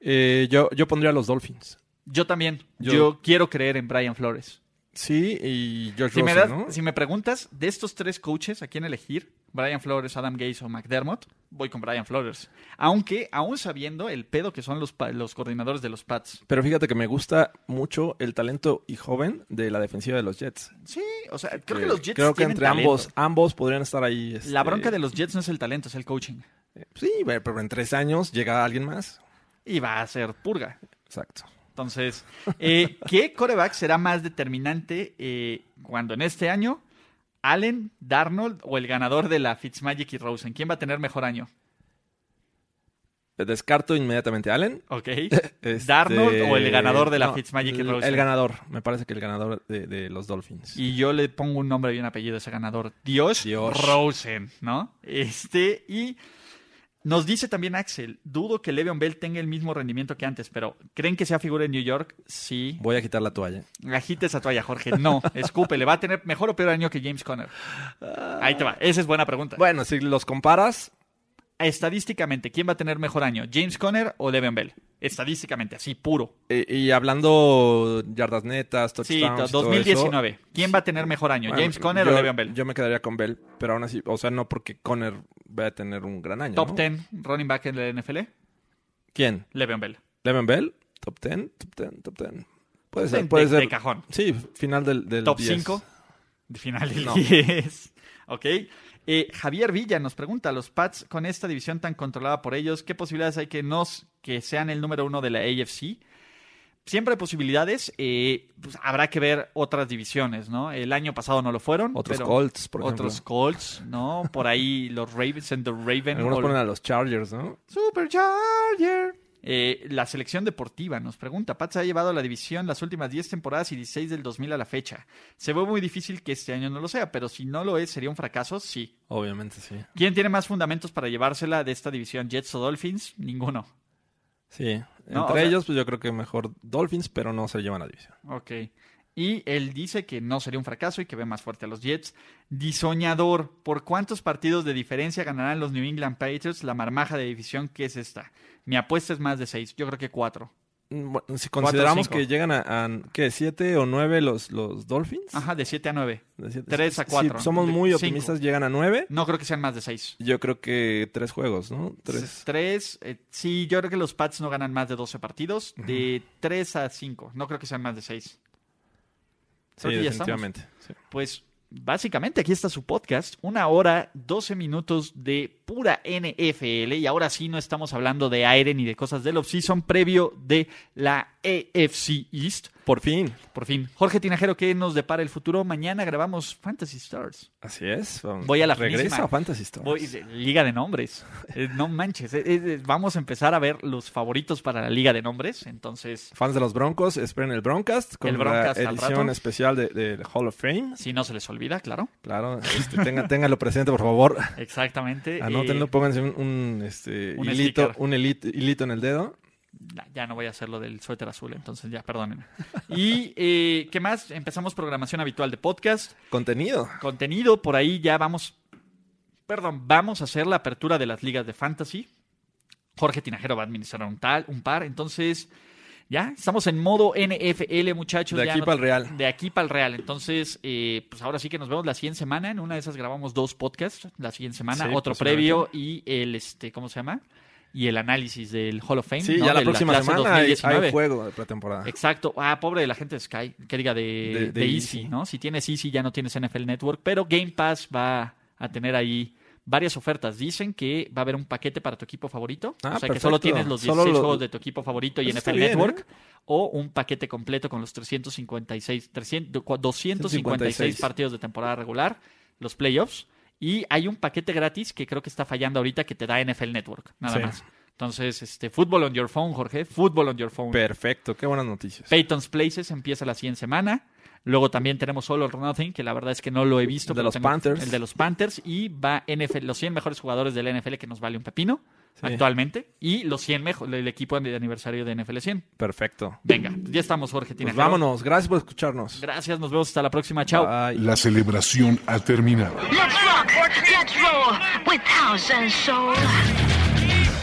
Speaker 2: Eh, yo, yo pondría a los Dolphins.
Speaker 1: Yo también. Yo,
Speaker 2: Yo-
Speaker 1: quiero creer en Brian Flores.
Speaker 2: Sí, y George
Speaker 1: Si me,
Speaker 2: Rosen,
Speaker 1: das-
Speaker 2: ¿no?
Speaker 1: si me preguntas de estos tres coaches a quién elegir, Brian Flores, Adam Gase o McDermott, voy con Brian Flores. Aunque, aún sabiendo el pedo que son los, pa- los coordinadores de los Pats.
Speaker 2: Pero fíjate que me gusta mucho el talento y joven de la defensiva de los Jets. Eh,
Speaker 1: Sí, o sea, creo que los Jets
Speaker 2: Creo que
Speaker 1: tienen
Speaker 2: entre
Speaker 1: talento.
Speaker 2: ambos ambos podrían estar ahí. este,
Speaker 1: La bronca de los Jets no es el talento, es el coaching.
Speaker 2: Sí, pero en tres años llega alguien más.
Speaker 1: Y va a ser purga.
Speaker 2: Exacto.
Speaker 1: Entonces, eh, ¿qué coreback será más determinante eh, cuando en este año Allen, Darnold o el ganador de la Fitzmagic y Rosen? ¿Quién va a tener mejor año?
Speaker 2: Descarto inmediatamente a Allen.
Speaker 1: ¿Ok?
Speaker 2: Este,
Speaker 1: ¿Darnold o el ganador de la
Speaker 2: no,
Speaker 1: Fitzmagic y
Speaker 2: el-
Speaker 1: Rosen?
Speaker 2: El ganador. Me parece que el ganador de, de los Dolphins.
Speaker 1: Y yo le pongo un nombre y un apellido a ese ganador. Dios,
Speaker 2: Dios.
Speaker 1: Rosen, ¿no? Este, y nos dice también Axel, dudo que Le'Veon Bell tenga el mismo rendimiento que antes, pero ¿creen que sea figura en New York? Sí.
Speaker 2: Voy a quitar la toalla.
Speaker 1: Agita esa toalla, Jorge. No, escúpele. Va a tener mejor o peor año que James Conner. Ahí te va. Esa es buena pregunta.
Speaker 2: Bueno, si los comparas,
Speaker 1: Estadísticamente, ¿quién va a tener mejor año? ¿James Conner o Le'Veon Bell? Estadísticamente, así, puro.
Speaker 2: eh, y hablando yardas netas,
Speaker 1: Sí,
Speaker 2: touchdowns,
Speaker 1: to-
Speaker 2: todo
Speaker 1: 2019. ¿Quién va a tener mejor año?
Speaker 2: eso,
Speaker 1: ¿James
Speaker 2: bueno,
Speaker 1: Conner
Speaker 2: yo-
Speaker 1: o Le'Veon Bell?
Speaker 2: Yo me quedaría con Bell, pero aún así, o sea, no porque Conner vaya a tener un gran año.
Speaker 1: Top
Speaker 2: ¿no?
Speaker 1: 10 running back en la NFL.
Speaker 2: ¿Quién?
Speaker 1: Le'Veon Bell.
Speaker 2: ¿Levan Bell? ¿Top 10? ¿Top 10? ¿Top 10? Puede
Speaker 1: De-
Speaker 2: ser, puede
Speaker 1: de-
Speaker 2: ser.
Speaker 1: de cajón.
Speaker 2: Sí, final del, del
Speaker 1: Top
Speaker 2: 10.
Speaker 1: 5 de final del
Speaker 2: No.
Speaker 1: 10. Ok. Eh, Javier Villa nos pregunta, los Pats con esta división tan controlada por ellos, ¿qué posibilidades hay que nos que sean el número uno de la AFC? Siempre hay posibilidades, eh, pues, habrá que ver otras divisiones, ¿no? El año pasado no lo fueron.
Speaker 2: Otros
Speaker 1: pero-
Speaker 2: Colts, por ejemplo.
Speaker 1: Otros Colts, ¿no? Por ahí los Ravens and the Raven.
Speaker 2: Algunos
Speaker 1: o-
Speaker 2: ponen a los Chargers, ¿no?
Speaker 1: Supercharger. Eh, la selección deportiva nos pregunta, Pats ha llevado la división las últimas 10 temporadas y 16 del 2000 a la fecha. Se ve muy difícil que este año no lo sea, pero si no lo es, ¿sería un fracaso? Sí.
Speaker 2: Obviamente, sí.
Speaker 1: ¿Quién tiene más fundamentos para llevársela de esta división, Jets o Dolphins? Ninguno.
Speaker 2: Sí.
Speaker 1: No, o
Speaker 2: Entre
Speaker 1: sea-
Speaker 2: ellos, pues yo creo que mejor Dolphins, pero no se llevan la división.
Speaker 1: Ok. Y él dice que no sería un fracaso y que ve más fuerte a los Jets. Disoñador, ¿por cuántos partidos de diferencia ganarán los New England Patriots la marmaja de división que es esta? Mi apuesta es más de 6, yo creo que 4.
Speaker 2: Mm, bueno, si
Speaker 1: Cuatro,
Speaker 2: consideramos
Speaker 1: cinco.
Speaker 2: que llegan a, a, ¿qué? ¿Siete o nueve los, los Dolphins?
Speaker 1: Ajá, de 7 a 9.
Speaker 2: De siete-
Speaker 1: Tres a
Speaker 2: si
Speaker 1: cuatro,
Speaker 2: somos
Speaker 1: de-
Speaker 2: muy
Speaker 1: cinco.
Speaker 2: optimistas, llegan a nueve.
Speaker 1: No creo que sean más de seis.
Speaker 2: Yo creo que tres juegos, ¿no?
Speaker 1: Tres.
Speaker 2: Tres.
Speaker 1: eh, sí, yo creo que los Pats no ganan más de 12 partidos. De 3 a 5. No creo que sean más de 6.
Speaker 2: Sí,
Speaker 1: Creo que ya estamos.
Speaker 2: definitivamente. sí.
Speaker 1: Pues básicamente aquí está su podcast. Una hora, 12 minutos de pura NFL y ahora sí no estamos hablando de aire ni de cosas del off-season previo de la AFC East.
Speaker 2: Por fin.
Speaker 1: Por fin. Jorge Tinajero, ¿qué nos depara el futuro? Mañana grabamos Fantasy Stars.
Speaker 2: Así es. vamos.
Speaker 1: Voy a la
Speaker 2: Regresa
Speaker 1: finísima.
Speaker 2: a Fantasy Stars.
Speaker 1: Voy- liga de nombres. Eh, No manches. eh, eh, Vamos a empezar a ver los favoritos para la liga de nombres. Entonces,
Speaker 2: Fans de los Broncos, esperen el Broncast con
Speaker 1: El Broncast al
Speaker 2: la edición
Speaker 1: rato.
Speaker 2: especial de- del Hall of Fame.
Speaker 1: si no se les olvida, claro.
Speaker 2: Claro, este, tenga- ténganlo presente, por favor.
Speaker 1: Exactamente.
Speaker 2: Anótenlo, pónganse un, un, este,
Speaker 1: un
Speaker 2: hilito,
Speaker 1: sticker.
Speaker 2: un hili- hilito en el dedo.
Speaker 1: Nah, ya no voy a hacer lo del suéter azul, entonces ya, perdónenme. ¿Y eh, qué más? Empezamos programación habitual de podcast,
Speaker 2: Contenido.
Speaker 1: contenido, por ahí ya vamos, perdón, vamos a hacer la apertura de las ligas de fantasy. Jorge Tinajero va a administrar un tal, un par, entonces ya estamos en modo NFL, muchachos.
Speaker 2: De
Speaker 1: ya
Speaker 2: aquí
Speaker 1: no-
Speaker 2: para el Real.
Speaker 1: De aquí para el Real. Entonces, eh, pues ahora sí que nos vemos la siguiente semana. En una de esas grabamos dos podcasts. La siguiente semana,
Speaker 2: Sí,
Speaker 1: otro
Speaker 2: posiblemente.
Speaker 1: previo y el, este, ¿cómo se llama? Y el análisis del Hall of Fame.
Speaker 2: Sí,
Speaker 1: ¿no?
Speaker 2: ya la
Speaker 1: De
Speaker 2: próxima
Speaker 1: clase
Speaker 2: semana hay,
Speaker 1: 2019.
Speaker 2: hay juego de pretemporada.
Speaker 1: Exacto. Ah, pobre de la gente de Sky. Que diga de,
Speaker 2: De- de
Speaker 1: de Easy,
Speaker 2: Easy.
Speaker 1: ¿no? Si tienes Easy ya no tienes NFL Network, pero Game Pass va a tener ahí varias ofertas. Dicen que va a haber un paquete para tu equipo favorito.
Speaker 2: Ah,
Speaker 1: o sea, que solo
Speaker 2: perfecto.
Speaker 1: tienes los
Speaker 2: Solo
Speaker 1: 16
Speaker 2: lo-
Speaker 1: juegos de tu equipo favorito y
Speaker 2: Eso está
Speaker 1: NFL
Speaker 2: bien, ¿eh?
Speaker 1: Network. O un paquete completo con los 356, 300, cua- 256
Speaker 2: 256.
Speaker 1: partidos de temporada regular, los playoffs. Y hay un paquete gratis que creo que está fallando ahorita que te da NFL Network, nada
Speaker 2: Sí.
Speaker 1: más. Entonces, este, fútbol on your phone, Jorge. Fútbol on your phone.
Speaker 2: Perfecto, qué buenas noticias.
Speaker 1: Peyton's Places empieza la siguiente semana. Luego también tenemos Solo or Nothing, que la verdad es que no lo he visto.
Speaker 2: El de
Speaker 1: pero
Speaker 2: los
Speaker 1: tengo-
Speaker 2: Panthers.
Speaker 1: El de los Panthers. Y va NFL, los 100 mejores jugadores del NFL, que nos vale un pepino
Speaker 2: Sí.
Speaker 1: actualmente. Y los 100 mejor, el equipo de aniversario de NFL 100.
Speaker 2: Perfecto.
Speaker 1: Venga, ya estamos, Jorge.
Speaker 2: Pues
Speaker 1: Tinajero.
Speaker 2: vámonos, gracias por escucharnos.
Speaker 1: Gracias, nos vemos hasta la próxima. Chao.
Speaker 2: Bye.
Speaker 4: La celebración ha terminado.
Speaker 3: Let's rock, let's roll with house and soul.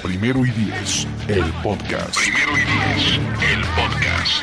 Speaker 4: Primero y diez, el podcast. Primero y diez, el podcast.